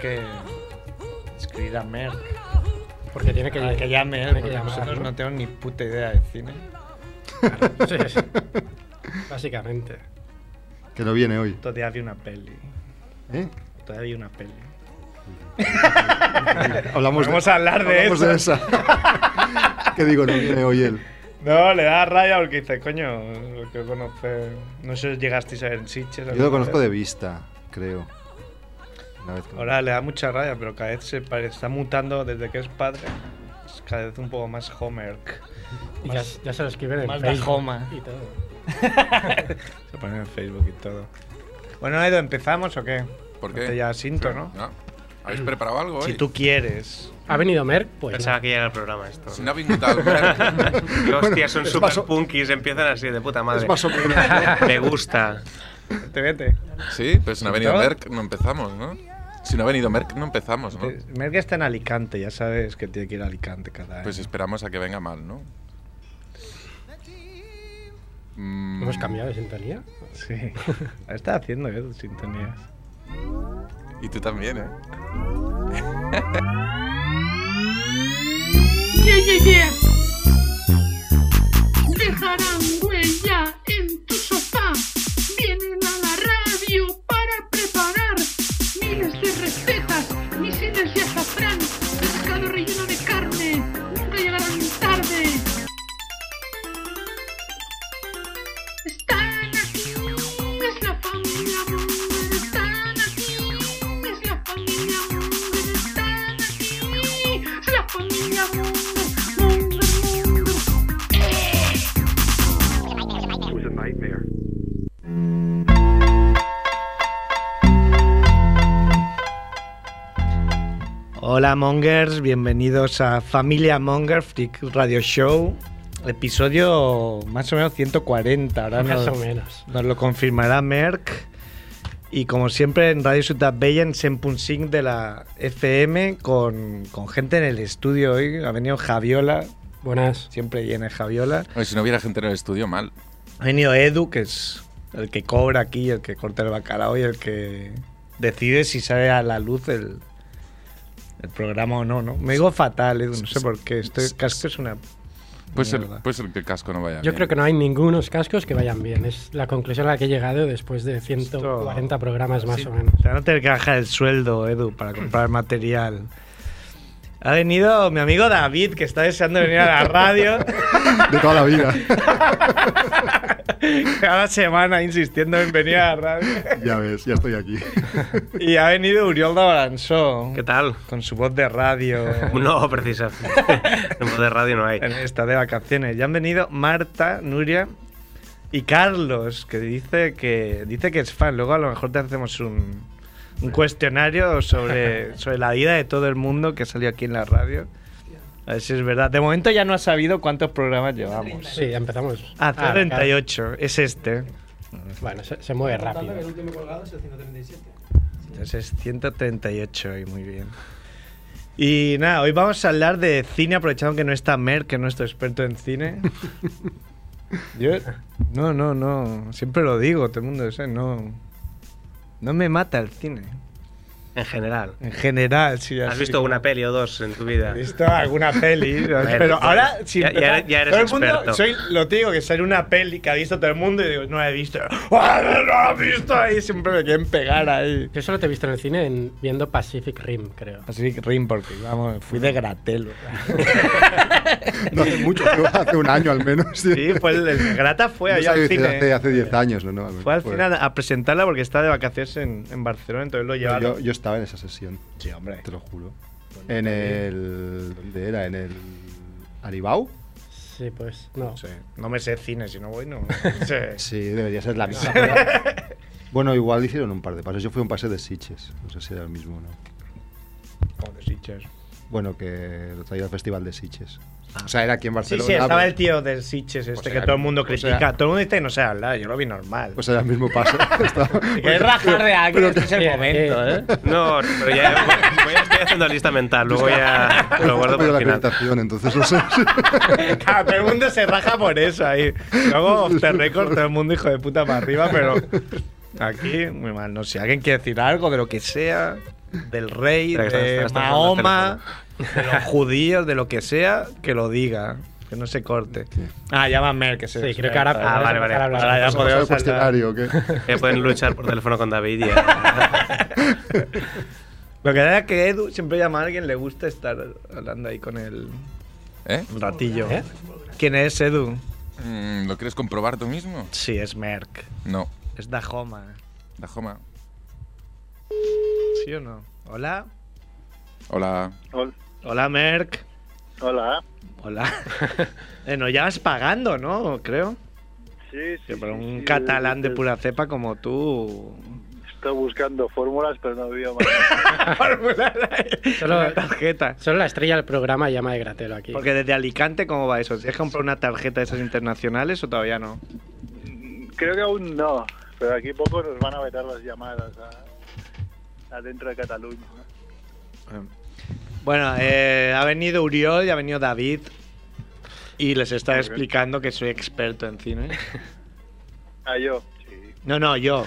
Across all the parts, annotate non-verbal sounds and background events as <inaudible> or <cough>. que escribir a Merck. Porque tiene que, Que, <laughs> que llame él, tiene porque que llamar, nosotros ¿no? no tenemos ni puta idea de cine. Sí, sí. Básicamente. Que no viene hoy. Todavía vi una peli. ¿Eh? Todavía vi una peli. Hablamos Vamos a hablar de hablamos eso. esa. <laughs> que digo, no viene hoy él. No, le da rabia porque dice, coño, lo que conoce. No sé si llegasteis a ver en Sitges. Yo lo alguna conozco vez. de vista, creo. Una vez que- Ahora le da mucha rabia, pero cada vez se pare- está mutando desde que es padre. Es cada vez un poco más Homer. Y ya, ya se lo escriben en más Facebook Dahoma. y todo. Se pone en Facebook y todo. Bueno, Edo, ¿empezamos o qué? ¿Por No qué? te ya siento, ¿no? Ah, ¿Habéis preparado algo hoy? Si tú quieres. ¿Ha venido Merck? Pues Pensaba que ya era el programa esto. Si no ha venido tal Merck, Que Hostia, son es super más o- punkies, empiezan así de puta madre. Es más o menos, ¿no? Me gusta. Te vete. Sí, pero si no ha venido ¿No? Merck no empezamos, ¿no? Si no ha venido Merck no empezamos, ¿no? Te- Merck está en Alicante, ya sabes que tiene que ir a Alicante cada año. Pues esperamos a que venga mal, ¿no? Mm, ¿Hemos cambiado de sintonía? Sí. <laughs> está haciendo Edo sintonías. Y tú también, ¿eh? Yeah, yeah, yeah. Dejarán huella en tu sofá. Vienen a la radio para preparar miles de recetas, misiles de azafrán, pescado relleno de carne. Nunca llegarán tarde. Están aquí, es la familia Munger. Están aquí, es la familia Munger. Están aquí, es la familia Munger. Munger, Munger. Hola Mongers, bienvenidos a Familia Monger Freak Radio Show, episodio más o menos 140, ahora Más nos, o menos. nos lo confirmará Merck. Y como siempre en Radio Ciudad Bella, en 100.5 de la FM, con, con gente en el estudio hoy, ha venido Javiola, Buenas. siempre viene Javiola, Oye, si no hubiera gente en el estudio, mal. ha venido Edu, que es el que cobra aquí, el que corta el bacalao y el que decide si sale a la luz el... el programa o no, ¿no? Me digo fatal, Edu, no sé por qué. Este casco es una Pues el, Mierda. pues el que el casco no vaya Yo creo que no hay ningunos cascos que vayan bien. Es la conclusión a la que he llegado después de 140 programas más o menos. Te van a tener que bajar el sueldo, Edu, para comprar material. Ha venido mi amigo David, que está deseando venir a <laughs> la radio De toda la vida. <laughs> cada semana insistiendo en venir a la radio. ya ves, ya estoy aquí. <laughs> Y ha venido Uriol de Balanzó, ¿Qué tal? con su voz de radio. <laughs> No, Oh, <laughs> precisamente. En voz de radio no hay. Está de vacaciones. Ya han venido Marta, Nuria y Carlos, que dice que, dice que es fan. Luego a lo mejor te hacemos un, un cuestionario sobre, sobre la vida de todo el mundo que salió aquí en la radio. A ver si es verdad. De momento ya no ha sabido cuántos programas llevamos. Sí, ya empezamos. Ah, claro. 38. Es este. Bueno, se, se mueve rápido. Entonces 138 y muy bien. Y nada, hoy vamos a hablar de cine, aprovechando que no está Mer, que es nuestro experto en cine. Yo, no, no, no, siempre lo digo, todo el mundo sabe, no, no me mata el cine. En general. En general, sí. ¿Has así visto como- una peli o dos en tu He vida? visto alguna <laughs> peli, pero ahora si Ya- ya eres- ya eres todo el mundo, experto. soy, lo digo que sale una peli que ha visto todo el mundo y digo, no la he visto. <laughs> ¡Ah, no la he visto! Y siempre me quieren pegar ahí. Yo solo te he visto en el cine en- viendo Pacific Rim, creo. Así que Rim, porque vamos, fui de gratelo. <laughs> No hace mucho, creo, hace un año al menos. Sí, fue el, el Grata fue No allá al sabía decir, cine. ¿eh? hace, hace 10 años, ¿no? no Fue al final a presentarla porque estaba de vacaciones en, en Barcelona, entonces lo llevaron. yo, yo estaba en esa sesión, Sí, hombre. te lo juro. En el. ¿Dónde era? ¿En el. Aribau? Sí, pues no. No sé, no me sé cine, si no voy, no. <laughs> sé. Sí, debería ser la <laughs> misma. bueno, igual hicieron un par de pasos. Yo fui a un pase de Sitges. No sé si era el mismo o no. Como de Sitges. Bueno, que lo traía al Festival de Sitges. O sea, era aquí en Ah. Sí, Barcelona. sí, estaba pero- el tío del Sitches, este Pues que era- todo el mundo pues critica. era- Todo el mundo dice que no sé hablar, yo lo vi normal. Pues era el mismo <laughs> paso. <laughs> Estaba- pues, que es rajar de alguien, este <laughs> es el Eh, momento, eh. <laughs> ¿eh? No, pero <laughs> ya voy- voy a- estoy haciendo lista mental. Luego ya lo guardo Pero pues, para la el final. acreditación, entonces <laughs> no sé. Claro, Ah, todo el mundo se raja por eso ahí. Luego, off the record, todo el mundo hijo de puta para arriba, pero aquí, muy mal. No sé, alguien quiere decir algo de lo que sea. del rey, Espera, que de están- están- están hablando al Mahoma, de los judíos, de lo que sea, que lo diga. Que no se corte. Ah, ya va Merck. Sí, creo que ahora. Ah, vale, vale. ahora Ahora ya hablamos. podemos el saltar. cuestionario, ¿qué? Que pueden luchar por teléfono con David y ya. Lo que da es que Edu siempre llama a alguien, le gusta estar hablando ahí con el ¿Eh? ratillo. ¿Eh? ¿Quién es Edu? Mm, ¿Lo quieres comprobar tú mismo? Sí, es Merck. No. Es Dahoma. Dajoma. ¿Sí o no? Hola. Hola. Hol- Hola, Merck. Hola. Hola. eh, nos llamas pagando, ¿no? Creo. Sí, sí. Que para sí, un sí, catalán de es- pura cepa como <laughs> tú. Estoy buscando fórmulas, pero no veo más. Solo- Una tarjeta. Solo la estrella del programa llama de gratelo aquí. Porque desde Alicante, ¿cómo va eso? ¿Tienes que comprar una tarjeta de esas internacionales o todavía no? Creo que aún no, pero aquí poco nos van a vetar las llamadas a, a dentro de Cataluña. Bueno, eh, ha venido Uriol y ha venido David. Y les está explicando que soy experto en cine. Ah, yo. Sí. No, no, <laughs> yo.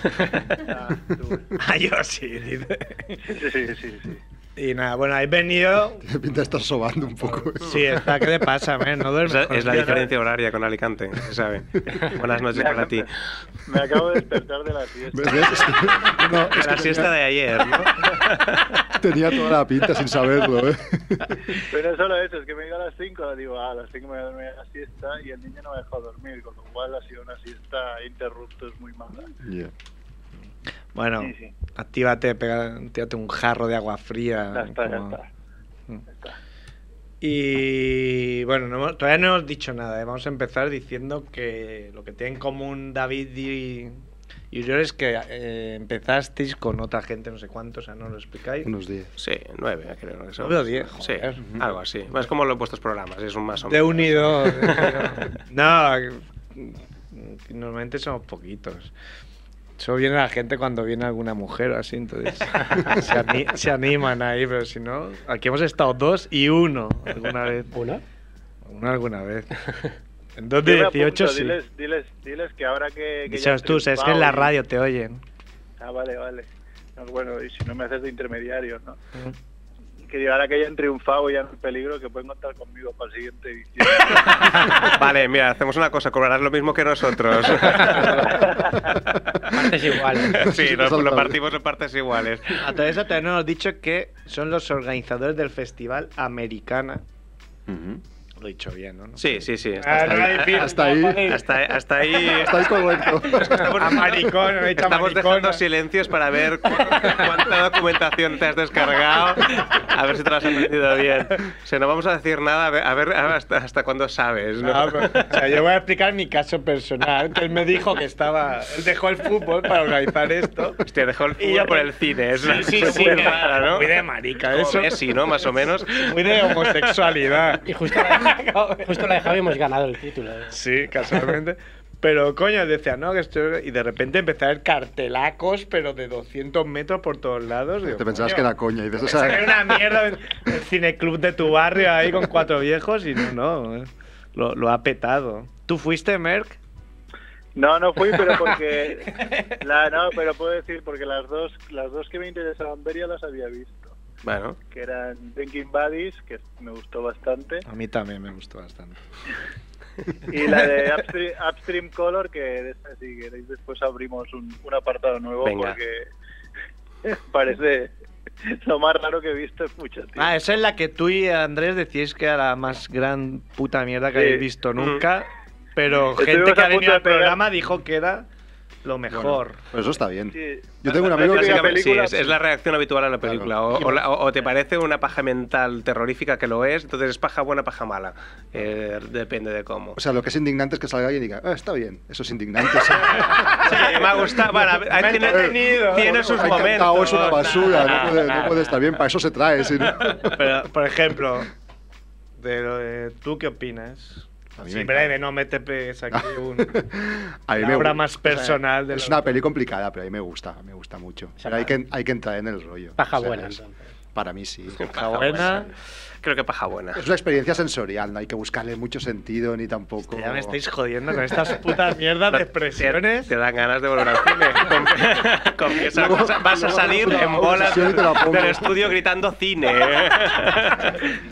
Ah, tú. Ah, yo sí. dice. Sí, sí, sí. sí. Y nada, bueno, habéis venido. Tiene pinta de estar sobando un poco. ¿eh? eso. Sí, está, ¿qué te pasa, man? No <laughs> Es la, duermes. es la diferencia horaria con Alicante, se sabe. Buenas Pues Me noches para ti. acabo- Me acabo de despertar de la siesta. <laughs> ¿Ves? Es que- no, es De que la siesta de ayer, ¿no? tenía, tenía toda la pinta sin saberlo, <laughs> ¿eh? Pero no solo eso, es que me he ido a las 5, digo, ah, a las 5 me voy a dormir a la siesta y el niño no me dejó dormir, con lo cual ha sido una siesta interruptos muy mala. Yeah. Bueno, Sí, sí. actívate, pega, tírate un jarro de agua fría. Ya está, ya como- está. Y bueno, no hemos- todavía no hemos dicho nada. ¿eh? Vamos a empezar diciendo que lo que tiene en común David y, y Uriol es que eh, empezasteis con otra gente, no sé cuántos, o sea, no lo explicáis. Unos 10. Sí, nueve, creo que son. Nueve o diez, Sí, joder. algo así. Es como los vuestros programas, es un más o De menos. unido. <laughs> no, normalmente somos poquitos. Solo viene la gente cuando viene alguna mujer o así, <laughs> entonces se, ani- se animan ahí, pero si no, aquí hemos estado dos y uno alguna vez. ¿Uno? Uno alguna vez. En Yo dos me de 18 apunto, sí. diles, diles, diles que ahora que... que ya Dices tú, estoy es que en la ocupado y- radio te oyen. Ah, vale, vale. No, bueno, y si no me haces de intermediario, ¿no? Que digo, ahora que hayan triunfado y ya no hay peligro, que pueden contar conmigo para el siguiente edición. <laughs> Vale, mira, hacemos una cosa, cobrarás lo mismo que nosotros. <laughs> Partes ¿eh? iguales. Sí, nos- lo partimos en partes iguales. A todo eso también nos has dicho que son los organizadores del Festival Americana. Lo he dicho bien, ¿no? <laughs> Sí, sí, sí. Está, Hasta ahí. Hasta ahí. hasta, hasta <laughs> ahí. Hasta ahí correcto. A maricón, lo he dicho a Estamos dejando maricona. silencios para ver cu- cuánta documentación te has descargado. A ver si te lo has aprendido bien. O sea, no vamos a decir nada, a ver, a ver hasta, hasta cuándo sabes. ¿no? No, pero, o sea, yo voy a explicar mi caso personal. Que él me dijo que estaba. Él dejó el fútbol para organizar esto. Hostia, dejó el Y yo- fútbol por el cine. Es una sí, cosa sí, muy que- rara, ¿no? muy de marica, Como eso. Messi, ¿no? Más o menos. Muy de homosexualidad. Y justo la, <laughs> justo la de Javi hemos ganado el título. ¿eh? Sí, casualmente. Pero coño, decía, no, que estoy... Y de repente empecé a ver cartelacos, pero de 200 metros por todos lados. <laughs> Digo, Te pensabas coño, que era coña y dices, o pensaba que sea, era una mierda el el cineclub de tu barrio ahí con cuatro viejos y no, no. eh, Lo, lo ha petado. ¿Tú fuiste, Merck? No, no fui, pero porque... La, no, pero puedo decir, porque las dos, las dos que me interesaban ver ya las había visto. Bueno, Que eran Thinking Buddies, que me gustó bastante, A mí también me gustó bastante. y la de Upstream, Upstream Color, que de esa, si queréis después abrimos un, un apartado nuevo, Venga. porque <laughs> parece lo más raro que he visto en mucho tiempo. Ah, esa es la que tú y Andrés decíais que era la más gran puta mierda que habéis Sí. Mm. visto nunca. Pero Estuvimos gente que a ha venido punto de al pegar. programa dijo que era lo <laughs> mejor. pues eso está bien. Sí. Yo tengo un La amigo que- típica básicamente sí, película- es, es la reacción habitual a la película. O, o la- o- o te parece una paja mental terrorífica que lo es, entonces es paja buena, paja mala. Eh, depende de cómo. O sea, lo que es indignante es que salga alguien y diga, ah, está bien, eso es <laughs> indignante. sí. Sí, me ha gustado. Bueno, a ver, Me ha tiene, entretenido. tiene sus Ha encantado, momentos. es una basura, no puede, no puede estar bien, para eso se trae. si no- Ah, Pero, por ejemplo, de lo de- ¿tú qué opinas? A mí me Sí, encanta. breve, no me te pegues aquí <laughs> un, <laughs> A mí la me obra gusta. más O sea, personal de Es la- una peli complicada, pero a mí me gusta, me gusta mucho. sea, Pero hay que, hay que entrar en el rollo. Paja O sea, buena. es- entonces. Para mí sí. Paja buena. Ah, pues, eh, creo que paja buena. Es una experiencia sensorial, no hay que buscarle mucho sentido ni tampoco. Ya me estáis jodiendo con estas putas mierdas de expresiones. Te dan ganas de volver al <laughs> cine. Con- Confiesa una cosa, vas a luego salir una- en una bolas sesión y te la pongo. del estudio gritando cine. eh.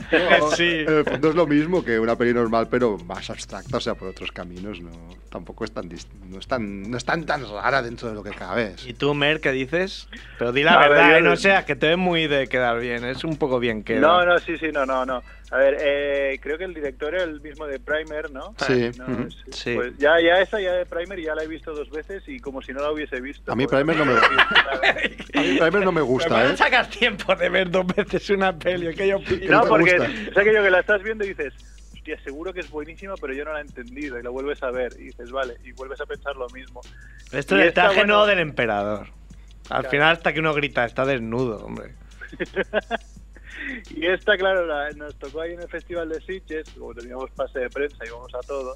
Que sí. En el fondo Eh, es lo mismo que una peli normal, pero más abstracta, o sea, por otros caminos, no, tampoco es tan, dist- no es tan, no es tan, tan rara dentro de lo que cabe. ¿Y tú, Mer, qué dices? Pero di la A ver, verdad, yo- eh, no seas que te ves muy de quedar bien, es un poco bien que. No, no, sí, sí, no, no, no. A ver, eh, creo que el director es el mismo de Primer, ¿no? Sí. No, Ujú. sí. Sí. Pues ya, ya esa, ya de Primer, ya la he visto dos veces y como si no la hubiese visto. A mí pues, <laughs> Primer no me- A mí Primer no me gusta, ¿eh? sacas tiempo de ver dos veces una peli, que yo pillo. <laughs> no No, te porque gusta. es aquello que la estás viendo y dices, hostia, seguro que es buenísima, pero yo no la he entendido. Y la vuelves a ver y dices, vale, y vuelves a pensar lo mismo. Esto Y del está traje bueno. nuevo del emperador. Al final, hasta que uno grita, está desnudo, hombre. Y esta, claro, la- nos tocó ahí en el Festival de Sitges, como teníamos pase de prensa y íbamos a todo,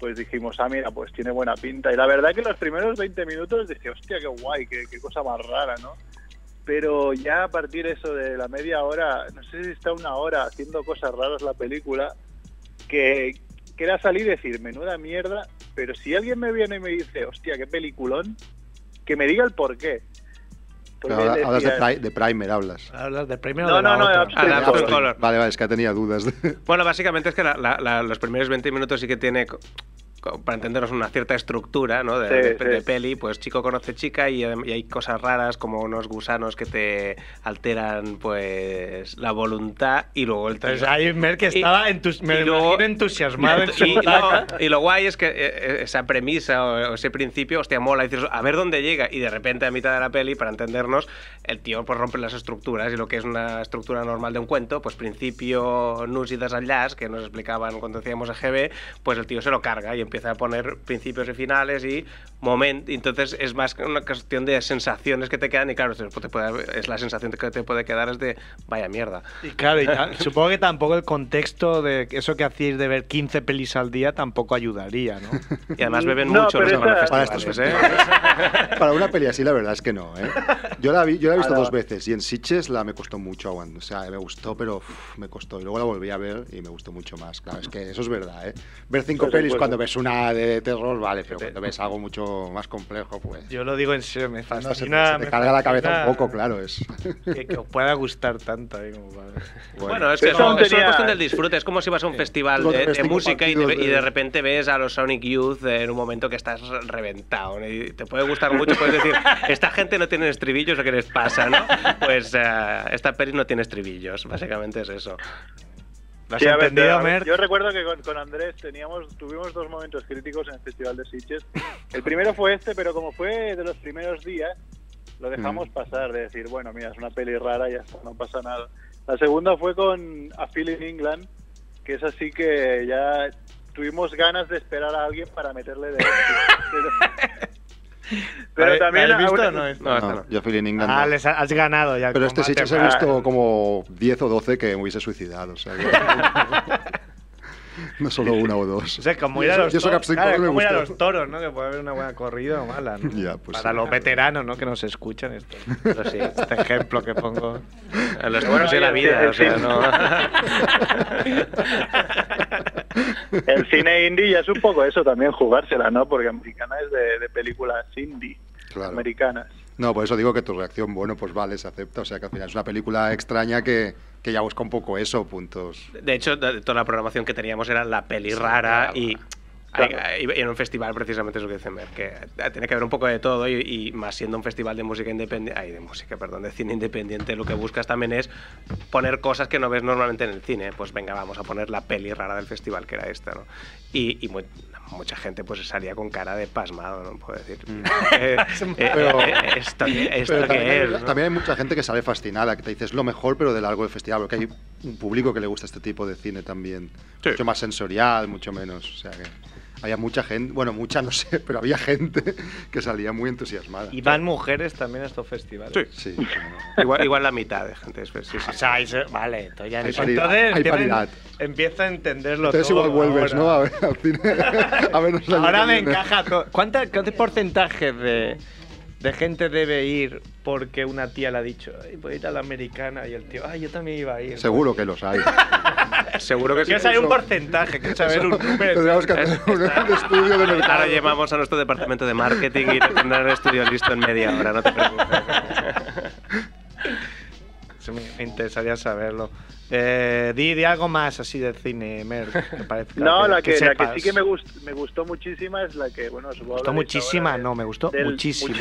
pues dijimos, ah, mira, pues tiene buena pinta. Y la verdad que los primeros 20 minutos dije, hostia, qué guay, qué, qué cosa más rara, ¿no? Pero ya a partir eso de la media hora, no sé si está una hora haciendo cosas raras la película, que, que era salir y decir, menuda mierda, pero si alguien me viene y me dice, hostia, qué peliculón, que me diga el Pues por qué. Pero ahora- hablas de, decías- pri- de Primer, hablas. Hablas del primero No, de la no, no, otra. Ah, abs- A la Absolute Hostia, Color. Vale, vale, es que tenía dudas. de- Bueno, básicamente es que la- la- la- los primeros 20 minutos sí que tiene, co- co- para entendernos, una cierta estructura ¿no? de, Sí, de- de sí. peli. Pues chico conoce chica y, adem- y hay cosas raras como unos gusanos que te alteran pues la voluntad y luego el Entonces tío- ahí Mer que Y- estaba entus- me y luego- imagino entusiasmado en <laughs> su y, placa. no, y lo guay es que eh, eh, esa premisa o, o ese principio, hostia, mola. Y dices, a ver dónde llega. Y de repente, a mitad de la peli, para entendernos, el tío pues rompe las estructuras. Y lo que es una estructura normal de un cuento, pues principio, nus y desenllaç, que nos explicaban cuando decíamos EGB, pues el tío se lo carga y empieza a poner principios y finales y momento. Entonces es más que una cuestión de sensaciones que te quedan. Y claro, te puede- es la sensación que te puede quedar es de vaya mierda. Y claro, y ta- supongo que tampoco el contexto de eso que hacíais de ver 15 pelis al día tampoco ayudaría, <laughs> ¿no? Y además beben Mm. No, mucho los pero que van a esa- Para estos festivales, ¿eh? <laughs> Para una peli así, la verdad es que no. ¿eh? Yo la vi, yo la he visto Ahora- dos veces y en Sitges la me costó mucho aguantar. O sea, me gustó, pero uf, me costó. Y luego la volví a ver y me gustó mucho más. Claro, es que eso es verdad. ¿eh? Ver cinco Por pelis supuesto. cuando ves una de terror, vale, pero cuando ves algo mucho más complejo, pues. Yo lo digo en serio, me no, fascina. se, te- se me te carga la fascina cabeza un poco, claro. Es. <laughs> Que, que os pueda gustar tanto. ahí como <laughs> para- Bueno, es que Pero eso- es una tonterías. cuestión del disfrute. Es como si vas a un festival Tú de, ves de cinco música y de, partidos de- y de repente ves a los Sonic Youth en un momento que estás reventado. ¿no? Y te puede gustar mucho, puedes decir, esta gente no tiene estribillos, lo que les pasa, ¿no? Pues eh, esta peli no tiene estribillos, básicamente es eso. ¿Lo has Sí, a ver, entendido, a ver, Mer? Yo recuerdo que con, con Andrés teníamos, tuvimos dos momentos críticos en el Festival de Sitges. El primero fue este, pero como fue de los primeros días, lo Mm. dejamos pasar, de decir, bueno, mira, es una peli rara, ya está, no pasa nada. La segunda fue con A Feeling England, que es así que ya tuvimos ganas de esperar a alguien para meterle de... <laughs> pero pero ¿La- la también... habéis visto ahora- o no? esta? No, esta no. yo fui en England. Ah, no. les ha- has ganado ya. el Pero este combate, Sitges he va. visto como 10 o 12 que me hubiese suicidado. O <laughs> sea, que- no solo una o dos. O sea, como Yo ir a so- los, yo soy toros, capsicón, claro, me como ir a gusta. los toros, ¿no? Que puede haber una buena corrida o mala, ¿no? Ya, pues Para sí. los veteranos, ¿no? Que nos escuchan esto. Pero sí, Este ejemplo <laughs> <laughs> que pongo. a los buenos de la oye, vida, sí, o sea, sí. no. <laughs> El cine indie ya es un poco eso también, jugársela, ¿no? Porque americana es de, de películas indie, Claro. americanas. No, por eso digo que tu reacción, bueno, pues vale, se acepta. O sea, que al final es una película extraña que, que ya busca un poco eso, puntos. De hecho, de- de toda la programación que teníamos era la peli rara y, Claro. hay- hay- y en un festival precisamente es lo que dicen Mer, que eh, tiene que haber un poco de todo y, y más siendo un festival de música independiente, ay, de música, perdón, de cine independiente, lo que buscas también es poner cosas que no ves normalmente en el cine. Pues venga, vamos a poner la peli rara del festival, que era esta, ¿no? Y, y mu- mucha gente pues salía con cara de pasmado, ¿no? Puedo decir. <laughs> <laughs> Eh, eh, Pero- eh, esto esto Mm. Pero también, que hay- es. ¿no? también hay mucha gente que sale fascinada, que te dice es lo mejor, pero de largo del festival, porque hay un público que le gusta este tipo de cine también. Sí. Mucho más sensorial, mucho menos. O sea, que había mucha gente, bueno, mucha no <laughs> sé, pero había gente que salía muy entusiasmada. Y van mujeres también a estos festivales. Sí. Sí. <laughs> Igual, igual la mitad de gente. pues, sí, sí. Ah, O sea, ahí se- vale, entonces ya Hay entonces paridad, hay empiezan- paridad. Empieza a entenderlo Entonces todo igual vuelves, ahora. ¿no? A ver, al cine. <laughs> A vernos el año Ahora que me viene. encaja todo. ¿Cuánta- ¿Cuántos porcentajes de, de gente debe ir porque una tía le ha dicho, ay, voy a ir a la americana y el tío, ay, yo también iba a ir. Seguro que los <laughs> hay. Seguro que sí. Quiero saber un porcentaje, <laughs> quiero saber un Este número. Tendríamos que hacer un, un estudio de mercado. Ahora llamamos a nuestro departamento de marketing y te tendrán el estudio listo en media hora, no te <laughs> preocupes. Eso Me me interesaría saberlo. Eh, di, di algo más así de cine, Mer, que parezca No, la que, la que sepas. sí que me, gust- me gustó muchísima es la que, bueno, supongo Me gustó hablaréis muchísima, ahora de- no, me gustó del- muchísimo.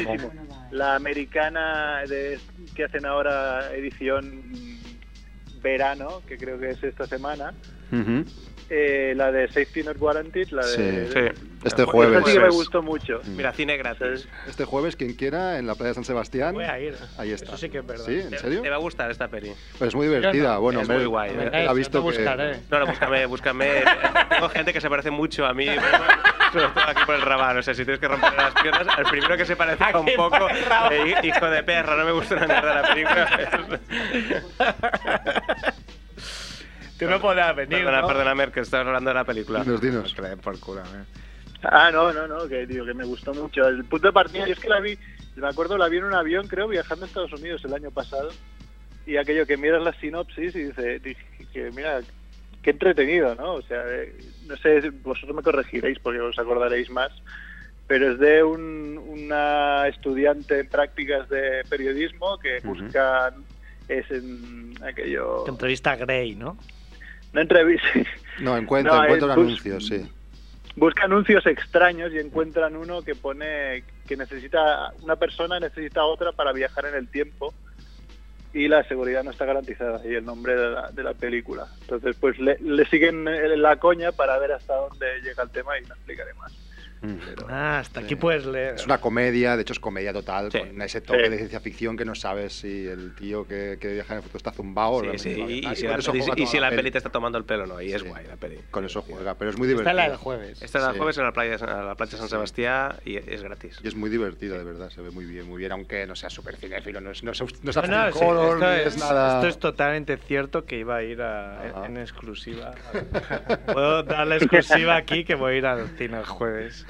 La americana de, que hacen ahora edición mm, verano, que creo que es esta semana. Ujú. eh, la de Safety Not Guaranteed, la de... Sí. Este Esta jueves. Mm. sí que me gustó mucho. Mira, cine gratis. Este jueves, quien quiera, en la playa de San Sebastián. Voy a ir. Ahí está. Eso sí que es verdad. ¿Sí? ¿En Te- serio? Te va a gustar esta peli. Pues es muy divertida. Bueno, Es Mer- muy guay, Mer ¿eh? ha visto Yo te buscaré. que... No, no, búscame, búscame. Tengo gente que se parece mucho a mí, sobre todo aquí por el rabano. O sea, si tienes que romper las piernas, al primero que se parezca un poco, eh, hijo de perra, no me gusta una mierda la película. Tú no podrás venir. perdona, ¿no? perdona, Mer, que estabas hablando de la película. Dinos, dinos. Creen por culo, eh. Ah, no, no, no, que digo que me gustó mucho. El punto de partida, yo es que la vi, me acuerdo, la vi en un avión, creo, viajando a Estados Unidos el año pasado. Y aquello que miras la sinopsis y dice, dije que mira, qué entretenido, ¿no? O sea, eh, no sé, vosotros me corregiréis porque os acordaréis más. Pero es de un, una estudiante en prácticas de periodismo que Ujú. buscan es en aquello Que Entrevista a Grey, ¿no? una entrevista No, encuentra, No, encuentra es un bus- anuncio, sí. busca anuncios extraños y encuentran uno que pone que necesita una persona necesita a otra para viajar en el tiempo y la seguridad no está garantizada y el nombre de la, de la película entonces pues le, le siguen eh, la coña para ver hasta dónde llega el tema y lo explicaré más Mm. Ah, hasta Sí. aquí puedes leer. Es una comedia, de hecho es comedia total, Sí. con ese toque Sí. de ciencia ficción que no sabes si el tío que, que viaja en el futuro está zumbado Sí, o sí, realmente y, va a viajar. y si eh. con la, eso peli, juega y toda si la la peli peli. te está tomando el pelo, no, y es Sí. guay la peli. Con eso juega, pero es muy Esta divertido. es la del jueves. Esta es la Sí. Este jueves en la playa, en la playa Sí, San sí. Sebastián y es gratis. Y es muy divertido, de verdad, se ve muy bien, muy bien, aunque no sea súper cinéfilo, no es, no es, no es No, no, sí, Upstream Color, esto, ni es, es nada... esto es totalmente cierto que iba a ir a- en- Ajá. en exclusiva. <laughs> Puedo dar la exclusiva aquí que voy a ir al cine <laughs> el jueves.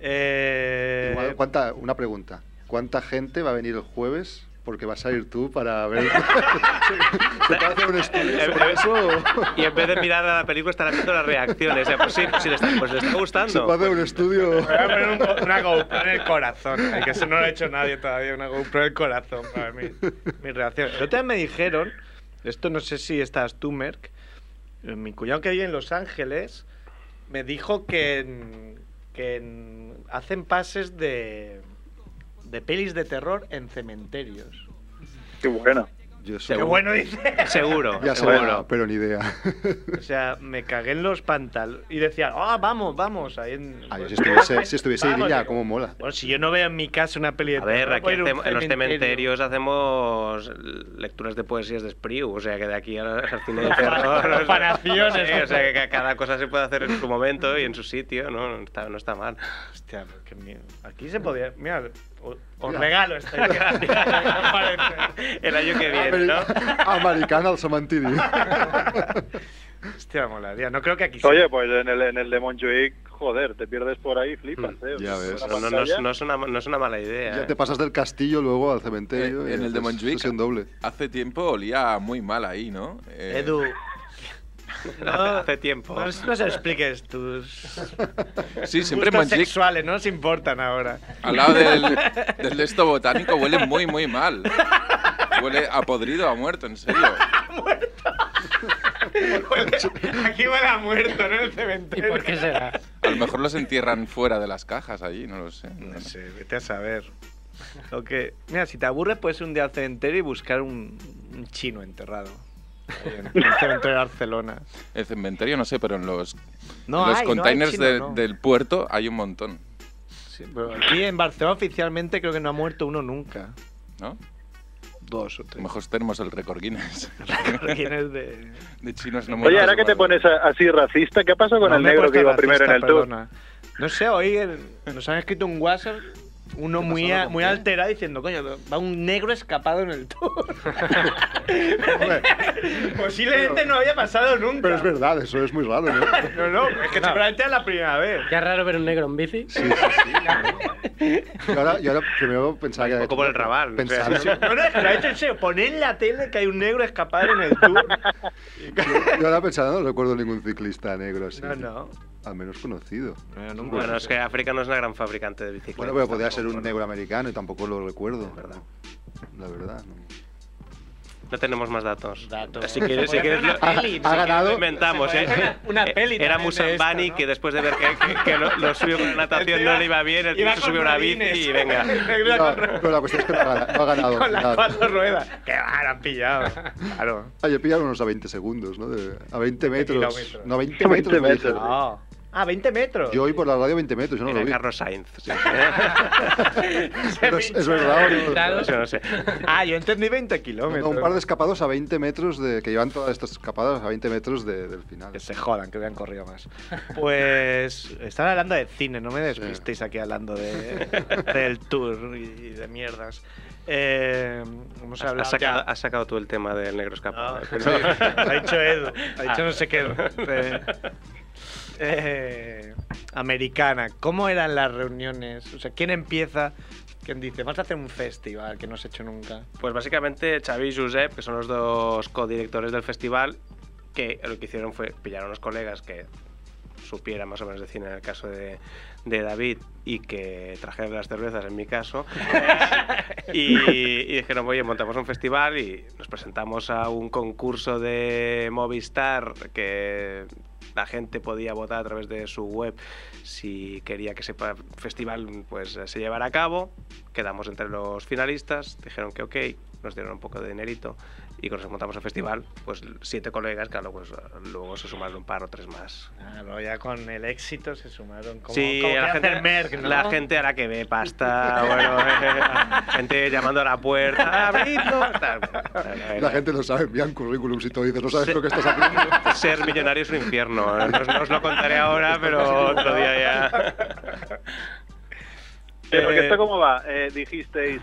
Eh, Igual, ¿cuánta- una pregunta. ¿Cuánta gente va a venir el jueves? Porque vas a ir tú para ver... ¿Se puede hacer un estudio sobre eso? o- Y en vez de mirar a la película, estará viendo las reacciones. O sea, pues sí, pues sí, le está, pues le ¿Se está puede gustando. Pues, hacer un estudio...? Me voy a poner un go- una GoPro en el corazón. eh, Que eso no lo ha hecho nadie todavía. Una GoPro en el corazón para mí. Mi reacción. El otro día me dijeron, esto no sé si estás tú, Merck, eh, mi cuñado que vive en Los Ángeles me dijo que, en- que en- hacen pases de, de pelis de terror en cementerios. qué bueno Yo Qué soy- bueno dice. Seguro, Ya se verá, seguro. pero ni idea. O sea, me cagué en los pantalones y decían, ah, vamos, vamos. Ahí en... Ah, Ay, Ah, <laughs> si estuviese, si estuviese Vamos, Irina, digo. cómo mola. Bueno, si yo no veo en mi casa una peli de A ver, terror, aquí voy a ir a un hacemos- en los cementerio. cementerios hacemos lecturas de poesías de Spriu, o sea que de aquí al al cine de Las terror. fan- las no sé, fanaciones. sí, o sea que ca- cada cosa se puede hacer en su momento y en su sitio, no, no, está, no está mal. Hostia, qué miedo. Aquí se podía. Mira, o- os Mira. regalo esta <laughs> idea. El año Ah, que Ameri- viene, ¿no? <laughs> Americana al cementerio. Hostia, molaría. No creo que aquí se- oye pues en el en el de Montjuic joder te pierdes por ahí flipas eh. Ya O sea, ves. una No, no, no, es- pantalla- no es una, no es una mala <laughs> idea. Ya ¿eh? te pasas del castillo luego al Eh, cementerio. y en el de haces Montjuic sesión doble. hace tiempo olía muy mal ahí, ¿no? Eh, Edu. No, hace- hace tiempo. No, nos- nos expliques tus Sí, siempre en gustos Montjuic, sexuales, no nos importan ahora. al lado del, del de esto botánico, huele muy, muy mal. Huele a podrido, a muerto, en serio. Aquí huele a muerto, ¿no? El ¿Y cementerio. por qué será? A lo mejor los entierran fuera de las cajas allí, no lo sé. No sé, vete a saber. Lo que... Mira, si te aburres, puedes ir un día al cementerio y buscar un, un chino enterrado. Ahí en el cementerio de Barcelona. El cementerio no sé, pero en los, No en los hay, no hay containers chino, de- no. del puerto hay un montón, Sí, pero aquí en Barcelona oficialmente creo que no ha muerto uno nunca. ¿no? Dos o A tres. lo mejor tenemos el récord Guinness. <laughs> ¿Quién es de...? De chinos no oye muertos, ahora que te vale. pones a- así racista qué pasó con No, el me he negro que puesto iba primero en racista, el tour perdona. No sé, hoy el- nos han escrito un WhatsApp uno muy, a- muy alterado diciendo, coño, va un negro escapado en el <laughs> tour. Hombre, Posiblemente no había pasado nunca. Pero es verdad, eso es muy raro, <laughs> ¿no? No, no, es que seguramente es la primera vez. Qué raro ver un negro en bici. Sí, sí, sí. Yo ahora, yo ahora primero pensaba que... era poco por el Raval, Pensaba, <laughs> o sea, No, no, es que lo ha hecho en serio. Poné en la tele que hay un negro escapado en el tour. Yo ahora pensaba, no recuerdo ningún ciclista negro así. No, no. Al menos conocido. Pues Bueno, es que África no es una gran fabricante de bicicletas. Bueno, pero podría ser tampoco, un ¿no? negro americano y tampoco lo recuerdo. La verdad. no. No tenemos más datos. Datos. Si quieres, si Se podía quieres, hacer lo- una ah, peli, lo ha ganado. inventamos. Se podía ¿eh? hacer una- una Eh, peli Era también de esta, Musambani ¿no? que después de ver que, que- que lo, lo suyo con la natación Encima, no le iba bien, el tío iba se con subió a una bici rodines. y <laughs> venga. Negro No, con ro- pero la cuestión es que no ha ganado. no ha ganado, Con las claro. cuatro ruedas. Qué va, lo han pillado. Claro. Ah, yo pillaron unos a 20 segundos, ¿no? De- a 20 metros. kilómetros. No, 20 metros. me metros. dijeron. No. Ah, 20 metros. Yo oí por la radio 20 metros, yo no lo Era vi. Carlos Sainz. <laughs> sí. Pero es, es verdad, ¿no? Eso no sé. Ah, yo entendí 20 No, kilómetros. un par de escapados a 20 metros de. que llevan todas estas escapadas a 20 metros de- del final. Que se jodan, que hubieran corrido más. Pues están hablando de cine, no me despistéis aquí hablando de, del tour y, y de mierdas. Eh, hemos hablado Has sacado, ya- Ah. has sacado tú el tema del negro escapado. <laughs> No, sí, ha dicho Edu, ha dicho no sé qué. Edu. Eh, eh, americana, ¿cómo eran las reuniones? O sea, ¿quién empieza? ¿Quién dice, vamos a hacer un festival que no se ha hecho nunca? Pues básicamente Xavi y Josep, que son los dos codirectores del festival, que lo que hicieron fue pillar a unos colegas que supieran más o menos de cine en el caso de, de David y que trajeran las cervezas en mi caso y, y dijeron oye montamos un festival y nos presentamos a un concurso de Movistar que la gente podía votar a través de su web si quería que ese pa- festival pues se llevara a cabo quedamos entre los finalistas dijeron que ok nos dieron un poco de dinerito y cuando nos montamos el festival pues siete colegas claro pues luego se sumaron un par o tres más Ah, luego ya con el éxito se sumaron. Como, sí, como que la, hace gente, el Merck, ¿no? la gente a la que ve pasta, <laughs> bueno, <laughs> gente llamando a la puerta, abridnos, tal. La gente lo sabe, envían currículums y todo, y dices, no sabes lo que estás <laughs> haciendo. Ser millonario es un infierno, no os, no os lo contaré ahora, pero otro día ya. Pero que Eh, esto cómo va? Eh, dijisteis,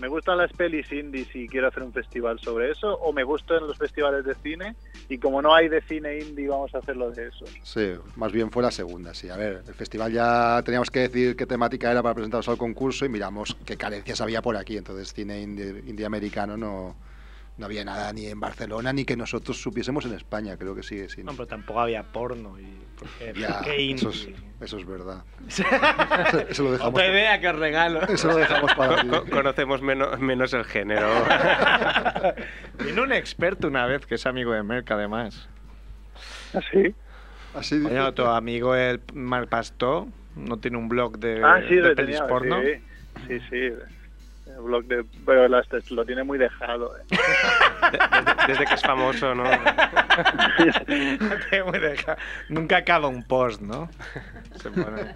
me gustan las pelis indies y quiero hacer un festival sobre eso, o me gustan los festivales de cine y como no hay de cine indie vamos a hacerlo de eso. Sí, más bien fue la segunda, sí. A ver, el festival ya teníamos que decir qué temática era para presentarnos al concurso y miramos qué carencias había por aquí. Entonces, cine indie, indie americano no, no había nada ni en Barcelona ni que nosotros supiésemos en España, creo que sigue sin. No, pero tampoco había porno. Y, ¿por qué, Ya, ¿Por qué eso, es, indie? eso es verdad. Eso, eso lo dejamos, Otra idea que os regalo. eso lo dejamos para ti. co- conocemos menos, menos el género. <laughs> Vino un experto una vez que es amigo de <laughs> Merck, además. <laughs> ¿Así? Así Eh, dice. Coño, tu amigo el Malpastó no tiene un blog de, ah, sí, Eh, de lo pelis tenía, porno. sí, sí, sí. El blog de... Pero las- lo tiene muy dejado. eh. Desde, desde que es famoso, ¿no? Te voy a dejar. Nunca acaba un post, ¿no? Se pone-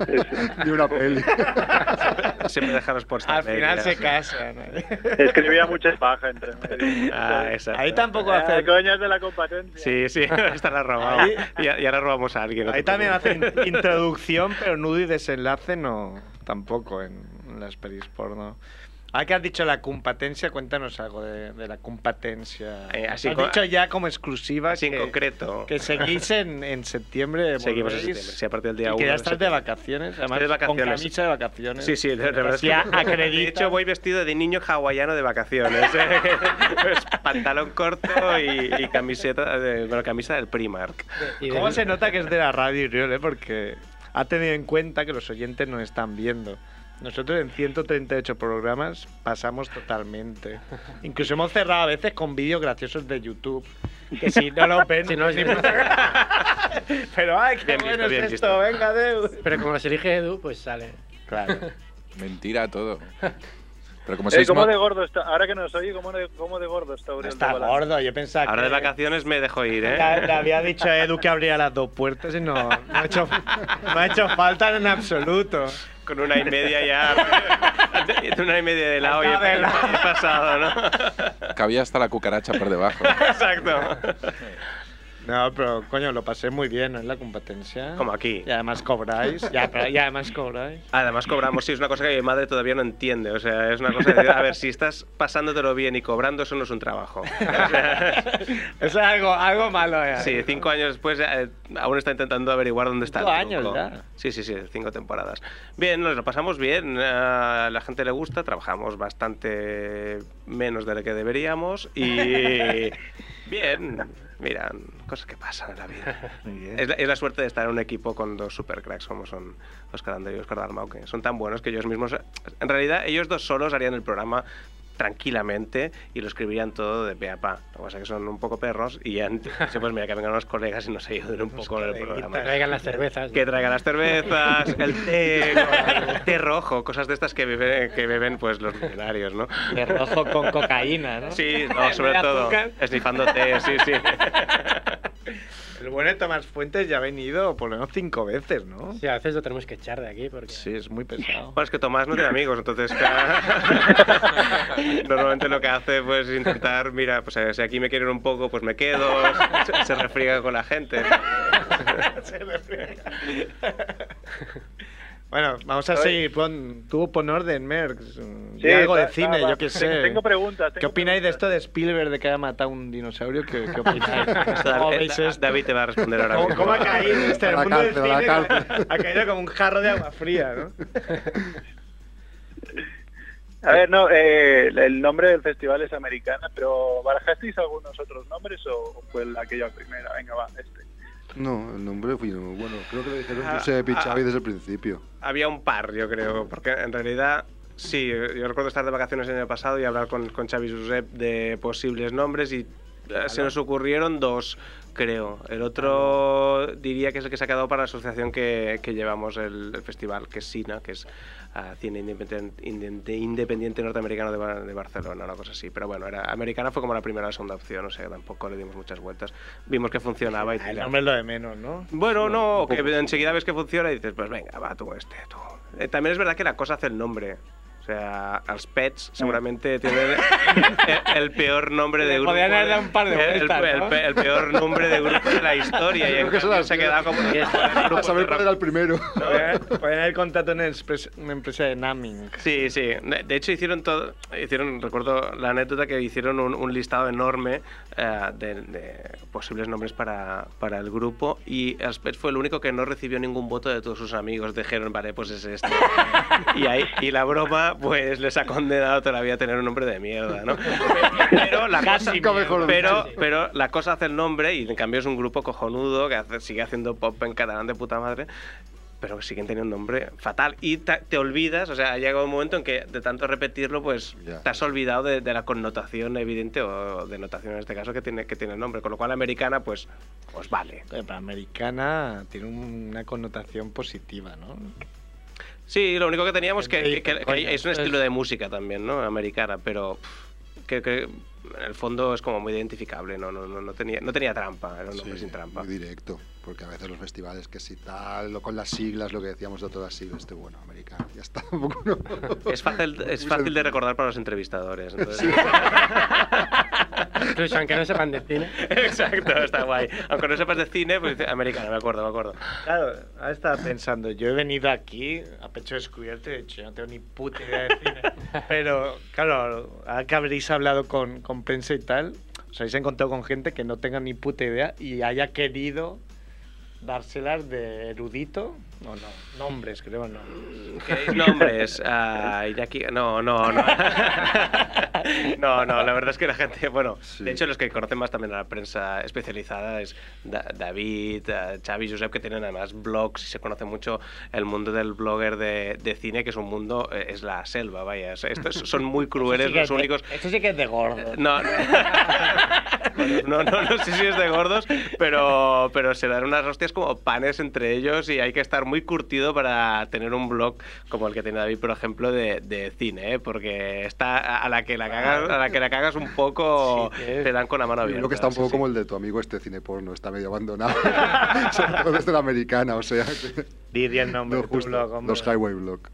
Ni una peli. <laughs> Siempre deja los posts Al final medias. se casan. <laughs> Escribía mucha paja entre medio. Ah, exacto. Ahí tampoco Ah, hace. coñas de la competencia. Sí, <laughs> sí, esta la has robado. Ahí- Y, a- y ahora robamos a alguien. no Ahí te también preocupes. hacen <laughs> introducción, pero nudo y desenlace no tampoco en, en las pelis porno. Ahora que has dicho la competencia, cuéntanos algo de, de la competencia. Eh, así has co- dicho ya como exclusiva Así en que, concreto. que seguís en, en <laughs> septiembre. Seguimos en volvéis, septiembre. Sí, a partir del día y 1. que ya estás de vacaciones, además de con vacaciones. camisa de vacaciones. Sí, sí, de de verdad. es que- Ya De acredita. hecho, voy vestido de niño hawaiano de vacaciones. ¿eh? <laughs> Pues, pantalón corto y, y camiseta, de, bueno, camisa del Primark. Y de- ¿Cómo se nota que es de la radio Uriol, eh? Porque ha tenido en cuenta que los oyentes nos están viendo. Nosotros en 138 programas pasamos totalmente. Incluso hemos cerrado a veces con vídeos graciosos de YouTube. Que <laughs> si no lo ven, Si no los ni ven. puta- Pero ay, qué Bien visto, bueno bien es visto. esto, venga, Deu. Pero como los elige Edu, pues sale. Claro. Mentira todo. Pero como Eh, sois ¿Cómo mo- de gordo está? Ahora que nos oye, ¿cómo de, cómo de gordo está Uriel Está Tobalán? gordo, yo pensaba Ahora de que- vacaciones me dejo ir, ¿eh? Le, le había dicho a Edu que abría las dos puertas y no, no ha, hecho, no ha hecho falta en absoluto. Con una y media <laughs> ya. de Una y media de lado y he, Está de lado. he pasado, <laughs> ¿no? Cabía hasta la cucaracha por debajo. Exacto. No, pero coño, lo pasé muy bien ¿no? en la competencia. Como aquí. Y además cobráis. Ya, pero- y además cobráis. Además cobramos, sí, es una cosa que mi madre todavía no entiende. O sea, es una cosa de, a ver, si estás pasándotelo bien y cobrando, eso no es un trabajo. Eso es algo, algo malo. ¿eh? Sí, cinco años después eh, aún está intentando averiguar dónde está. el Cinco años truco. ya. Sí, sí, sí, cinco temporadas. Bien, nos lo pasamos bien, eh, a la gente le gusta, trabajamos bastante menos de lo que deberíamos <laughs> y bien, mira, cosas que pasan en la vida. Muy bien. Es la, es la suerte de estar en un equipo con dos supercracks como son Oscar Ander y Oscar Dalmau, que son tan buenos que ellos mismos, en realidad ellos dos solos harían el programa tranquilamente y lo escribirían todo de pe a pa. Lo que pasa es que son un poco perros y ya, <laughs> pues mira, que vengan unos colegas y nos ayuden un poco en el programa. Que traigan las cervezas. Que traigan las cervezas, el té, el té rojo, cosas de estas que beben, que beben pues los millonarios, <laughs> ¿no? De rojo con cocaína, ¿no? Sí, no, sobre de todo, azúcar. esnifando té, sí, sí. El bueno de Tomás Fuentes ya ha venido por lo menos cinco veces, ¿no? Sí, a veces lo tenemos que echar de aquí porque... Sí, es muy pesado. <laughs> Bueno, es que Tomás no tiene amigos, entonces claro, normalmente lo que hace pues es intentar, mira, pues eh, si aquí me quieren un poco, pues me quedo, se, se refriega con la gente. Bueno, vamos a Oye. seguir. Pon, tú pon orden, Merckx. Di Sí, algo de va- cine, va, va. yo <laughs> qué sé. Tengo preguntas. ¿Qué tengo opináis de preguntas. esto de Spielberg de que haya matado un dinosaurio? ¿Qué, qué opináis? Esto, ¿Cómo David, eh, veis esto? David te va a responder ahora ¿Cómo, mismo. cómo ha caído <laughs> este A el la mundo del cárcel, a la cine? cárcel. Ha caído como un jarro de agua fría, ¿no? A ver, no, eh, el nombre del festival es americana, pero ¿barajasteis algunos otros nombres o fue la que yo primera? Venga, va, este. No, el nombre fui yo. Bueno, creo que lo dijeron Ah, Josep y ah. Xavi desde el principio. Había un par, yo creo, porque en realidad sí, yo recuerdo estar de vacaciones el año pasado y hablar con, con Xavi Josep de posibles nombres y eh, se nos ocurrieron dos, creo. El otro diría que es el que se ha quedado para la asociación que, que llevamos el, el festival, que es SINA, que es ah, Cine Independen- Independiente, Independiente Norteamericano de, Bar- de Barcelona, una cosa así. Pero bueno, era americana fue como la primera o la segunda opción, o sea que tampoco le dimos muchas vueltas. Vimos que funcionaba y El la- nombre es lo de menos, ¿no? bueno, no, que enseguida ves que funciona y dices, pues venga, va tú este, tú. Eh, también es verdad que la cosa hace el nombre. O sea, los pets <laughs> seguramente tienen el, el peor nombre de Ah. Le grupo. podían haber dado un par de el- el- vueltas, el, ¿no? pe- el peor nombre de grupo de <laughs> la historia. Y en Creo que se cambio las se ha dio. quedado como. <laughs> Para saber cuál era el primero. Podrían podrían haber contratado en una empresa de naming. Sí, sí. De de hecho, hicieron todo. Hicieron, recuerdo la anécdota que hicieron un, un listado enorme eh, de, de posibles nombres para, para el grupo. Y Aspet fue el único que no recibió ningún voto de todos sus amigos. Dijeron, vale, pues es este. y, ahí, y la broma, pues les ha condenado todavía a tener un nombre de mierda, ¿no? Pero la cosa, Nunca mejor pero, dicho. pero la cosa hace el nombre y en cambio es un grupo cojonudo que hace- sigue haciendo pop en catalán de puta madre pero que siguen teniendo un nombre fatal. Y ta- te olvidas, o sea, ha llegado un momento en que de tanto repetirlo, pues Ya. te has olvidado de, de la connotación evidente o denotación en este caso que tiene, que tiene el nombre. Con lo cual, americana, pues, pues vale. Eh, Para americana tiene una connotación positiva, ¿no? Sí, lo único que teníamos que, que- que- que Coño, es un es- estilo de música también, ¿no? Americana, pero pff, que, que en el fondo es como muy identificable, no, no, no, no tenía, no tenía trampa, era un nombre Sí, sin trampa. Muy directo, porque a veces los festivales que si tal, o con las siglas, lo que decíamos de todas las siglas, este bueno, americano, ya está. <laughs> un poco, ¿no? <laughs> Es fácil, Muy es fácil de sencillo. recordar para <laughs> los entrevistadores. entonces- Incluso aunque no sepan de cine. <laughs> Exacto, está guay. Aunque no sepas de cine, pues dices, americana, me acuerdo, me acuerdo. Claro, ahora estaba pensando, yo he venido aquí a pecho descubierto y he dicho, yo no tengo ni puta idea de <laughs> cine. Pero, claro, ahora que habréis hablado con, con prensa y tal, os habéis encontrado con gente que no tenga ni puta idea y haya querido dárselas de erudito o no, nombres, creo, no. ¿Queréis nombres? Ah, Iñaki- No, no, no. No, no, la verdad es que la gente. Bueno, Sí. de hecho, los que conocen más también a la prensa especializada es Da- David, eh, Xavi, Josep, que tienen además blogs y se conoce mucho el mundo del blogger de, de cine, que es un mundo. eh, Es la selva, vaya. es- estos son muy crueles, Eso sí que los es de- únicos. Eso sí que es de gordo. No, <laughs> no. No, no, no sé si es de gordos, pero, pero se dan unas hostias como panes entre ellos y hay que estar muy curtido para tener un blog como el que tiene David, por ejemplo, de, de cine, ¿eh? porque está a- a la que la cagas, a la que la cagas un poco Sí, que es. te dan con la mano Yo abierta. creo que está un poco Sí, como el de tu amigo este cine porno, está medio abandonado. <laughs> Sobre todo desde la americana, o sea. que- Diría el nombre No, de tu justo, blog, hombre. los Highway Block.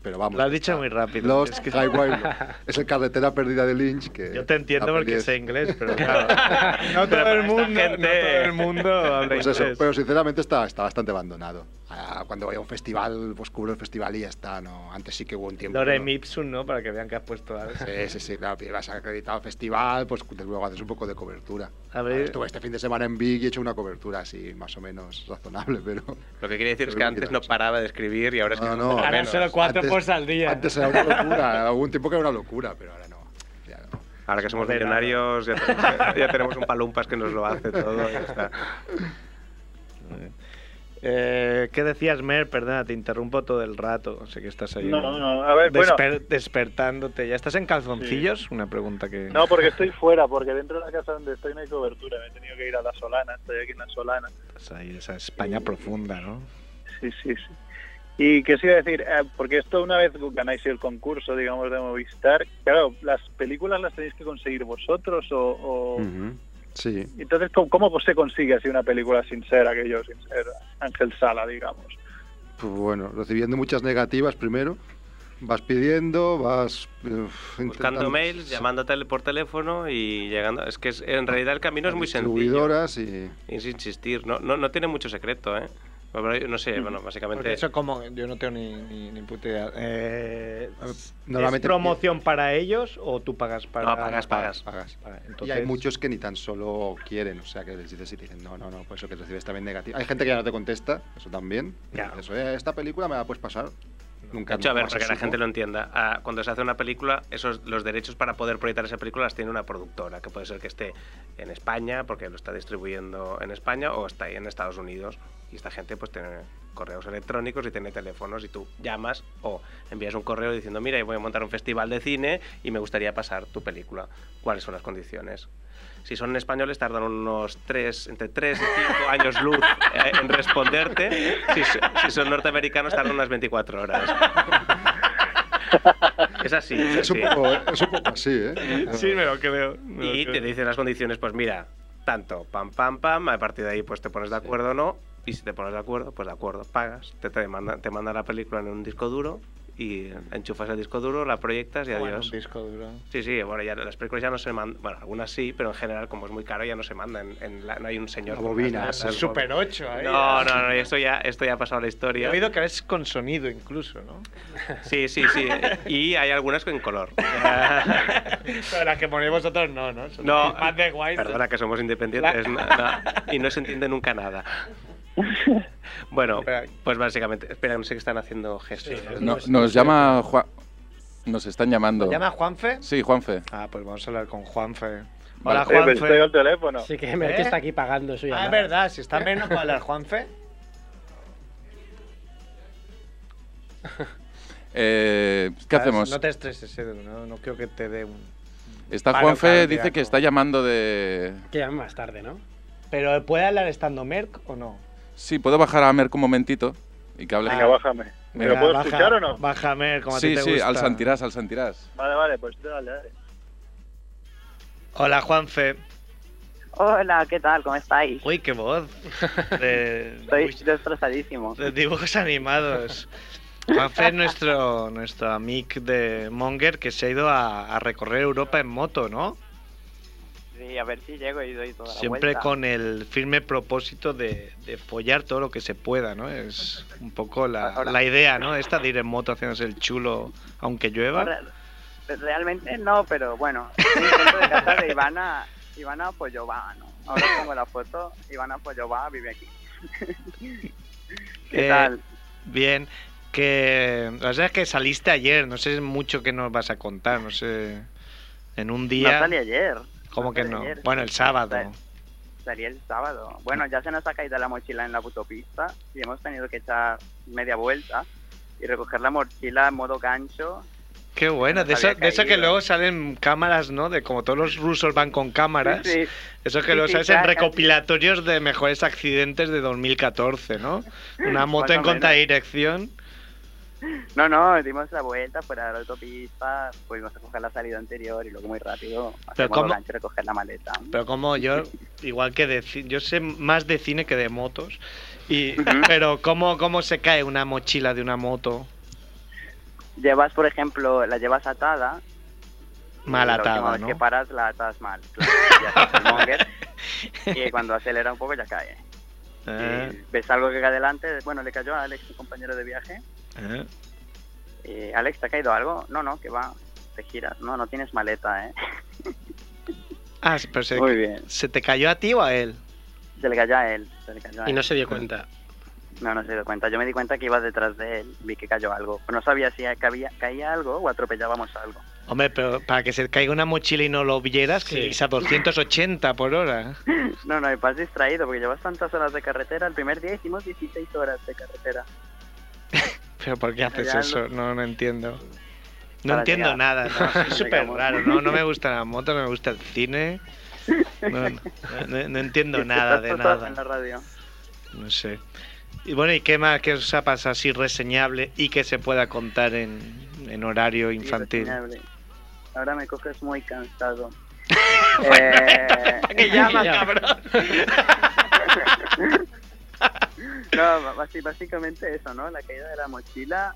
Pero vamos. Lo has dicho muy rápido. Lost Es que- Highway Lo- es el carretera perdida de Lynch que Yo te entiendo porque aprendí- sé inglés, pero claro. No todo, Pero el esta mundo, no gente- todo el mundo <laughs> habla Pues eso, inglés. pero sinceramente está, está bastante abandonado. Ah, cuando voy a un festival, pues cubro el festival y ya está, ¿no? Antes sí que hubo un tiempo. Lorem ¿no? Ipsum, ¿no? Para que vean que has puesto algo. Sí, sí, sí, claro, vas acreditado al festival, pues luego haces un poco de cobertura. A ver. Estuve este fin de semana en Big y he hecho una cobertura así, más o menos razonable, pero. Lo que quiere decir es Pero que bien antes quitado, no sí. paraba de escribir y ahora es que No, no, Ahora menos. solo cuatro Antes- posts al día. Antes era una locura, hubo un tiempo que era una locura, pero ahora no. Ya no. Ahora que somos Moderado. millonarios, ya tenemos, ya tenemos un palumpas que nos lo hace todo. y ya está. Eh, ¿Qué decías, Mer? Perdona, te interrumpo todo el rato. Sé que estás ahí. No, no, a Pues ver, bueno. Desper- Despertándote. ¿Ya estás en calzoncillos? Una pregunta que. No, porque estoy fuera, porque dentro de la casa donde estoy no hay cobertura. Me he tenido que ir a la Solana, estoy aquí en la Solana. Estás ahí, esa España profunda, ¿no? Sí, sí, sí. Y que os iba a decir, Eh, porque esto una vez ganáis el concurso, digamos, de Movistar, claro, las películas las tenéis que conseguir vosotros o... o- Hmm. Sí. Entonces, ¿cómo, cómo se consigue así una película sincera que yo, sin ser Ángel Sala, digamos? Pues bueno, recibiendo muchas negativas primero. Vas pidiendo, vas. uf, Buscando intentando- mails, llamándote al- por teléfono y llegando. Es que es- en realidad el camino es muy sencillo. Distribuidoras y. Es insistir, no, no, no tiene mucho secreto, ¿eh? Pero No sé, bueno, Porque básicamente. eso como, yo no tengo ni, ni, ni puta idea. Eh, Normalmente- ¿Es promoción para ellos o tú pagas para.? No, pagas, pagas. Pagas. Vale, Y hay muchos que ni tan solo quieren, o sea, que les dices y te dicen, no, no, no, pues eso que recibes también negativo. Hay gente que ya no te contesta, eso también. Ya. Eso, esta película me la puedes pasar. Nunca. De hecho, a ver, más para que la supo. gente lo entienda, ah, cuando se hace una película, esos, los derechos para poder proyectar esa película las tiene una productora, que puede ser que esté en España, porque lo está distribuyendo en España, o está ahí en Estados Unidos. Y esta gente pues tiene correos electrónicos y tiene teléfonos y tú llamas o envías un correo diciendo, mira, voy a montar un festival de cine y me gustaría pasar tu película. ¿Cuáles son las condiciones? Si son españoles, tardan unos 3, entre 3 y 5 años luz eh, en responderte. Si, so- si son norteamericanos, tardan unas 24 horas. Es así. es Es un así. poco, es un poco así, ¿eh? Sí, me lo creo. me lo Y creo. te dicen las condiciones, pues mira, tanto, pam, pam, pam, a partir de ahí pues te pones de acuerdo o no, y si te pones de acuerdo, pues de acuerdo, pagas, te, te, manda, te manda la película en un disco duro y enchufas el disco duro, la proyectas y Bueno, un adiós. disco duro. Sí, sí, bueno, ya las películas ya no se mandan, bueno, algunas sí, pero en general como es muy caro ya no se mandan, en la- no hay un señor... La con bobina, las es latas, Super 8, ahí. No, no, no, esto ya, esto ya ha pasado a la He historia. oído que es con sonido incluso, ¿no? Sí, sí, sí. Y hay algunas en color. Pero las que ponéis vosotros no, ¿no? Son No, más de guay. Perdona que somos independientes na- na- y no se entiende nunca nada. Bueno, Espera. pues básicamente, espera, no sé qué están haciendo gestos. ¿no? No- nos llama Juan. Nos están llamando. ¿Llama Juanfe? Sí, Juanfe. Ah, pues vamos a hablar con Juanfe. Vale. Hola, pues Eh, Eh, pero estoy Juanfe. al teléfono. Así que Merck ¿Eh? está aquí pagando su Ah, llamada. es verdad, si está menos para hablar Juanfe. Eh, ¿Qué Ah, hacemos? No te estreses, Edu, no, no creo que te dé un. Está Paro Juanfe, cardíaco. dice que está llamando de. Que llaman más tarde, ¿no? ¿Pero puede hablar estando Merck o no? Sí, puedo bajar a Merck un momentito y que hable. Venga, bájame. ¿Me lo puedo baja- escuchar o no? Baja Merck, como a ti sí, te sí, gusta. al Santirás, al Santirás. Vale, vale, pues dale, dale. Hola, Juanfe. Hola, ¿qué tal? ¿Cómo estáis? Uy, <laughs> qué voz. De, Estoy uy, destrozadísimo. de dibujos animados. Juanfe es nuestro, nuestro amigo de Monger que se ha ido a, a recorrer Europa en moto, ¿no? Sí, a ver si llego y doy toda la Siempre vuelta. con el firme propósito de, de follar todo lo que se pueda, ¿no? Es un poco la, Ahora- la idea, ¿no? Esta de ir en moto haciéndose el chulo aunque llueva. Re- Realmente no, pero bueno. Sí, dentro de casa de Ivana, Ivana Pollova, ¿no? Ahora pongo la foto. Ivana Pollova vive aquí. <laughs> ¿Qué Eh, tal? Bien, que la verdad es que saliste ayer, no sé mucho que nos vas a contar, no sé. En un No día, salí ayer. como que salí no. ayer. Bueno, el sábado. Sal- Salí el sábado. Bueno, ya se nos ha caído la mochila en la autopista y hemos tenido que echar media vuelta y recoger la mochila en modo gancho Qué bueno, de nos eso, había de eso que caído. luego salen cámaras, ¿no? De como todos los rusos van con cámaras. Sí, sí. Eso que Sí, lo sí, sabes ya en casi. recopilatorios de mejores accidentes de 2014, ¿no? <laughs> Una moto Más en o menos. contradirección. No, no, dimos la vuelta fuera de la autopista, pudimos recoger la salida anterior y luego muy rápido hacemos cómo? lo gancho y recoger la maleta. Pero como yo, igual que de ci- yo sé más de cine que de motos. Y, pero ¿cómo, ¿cómo se cae una mochila de una moto? llevas, por ejemplo, la llevas atada. y Mal la última atada, vez ¿no? que paras, la atas mal. claro, y haces <laughs> el monger, y cuando acelera un poco ya cae. Eh, Ves algo que cae adelante, bueno, le cayó a Alex, mi compañero de viaje. eh. y, Alex, ¿te ha caído algo? No, no, que va. Te giras. No, no tienes maleta, ¿eh? Ah, pero se, Muy bien. ¿se te cayó a ti o a él? Se le cayó a él. se le cayó a Y no él. se dio cuenta. No, no se dio cuenta. Yo me di cuenta que iba detrás de él. Vi que cayó algo. No sabía si cabía- caía algo o atropellábamos algo. Hombre, pero para que se caiga una mochila y no lo vieras, que es a 280 por hora. No, no, y vas distraído porque llevas tantas horas de carretera. El primer día hicimos 16 horas de carretera. ¿Pero por qué haces Ya, eso? No, no entiendo. No Para entiendo llegar. nada, <laughs> no, es Llegamos. súper raro. No, no me gusta la moto, no me gusta el cine. No, no, no- no <laughs> entiendo nada de Estás pasado nada. En la radio. No sé. Y bueno, ¿y qué más? ¿Qué os ha pasado así reseñable y que se pueda contar en, en horario infantil? <laughs> Irreseñable. Ahora me coges muy cansado. eh... qué <laughs> llamas, cabrón? No, ba- basi- básicamente eso, ¿no? La caída de la mochila.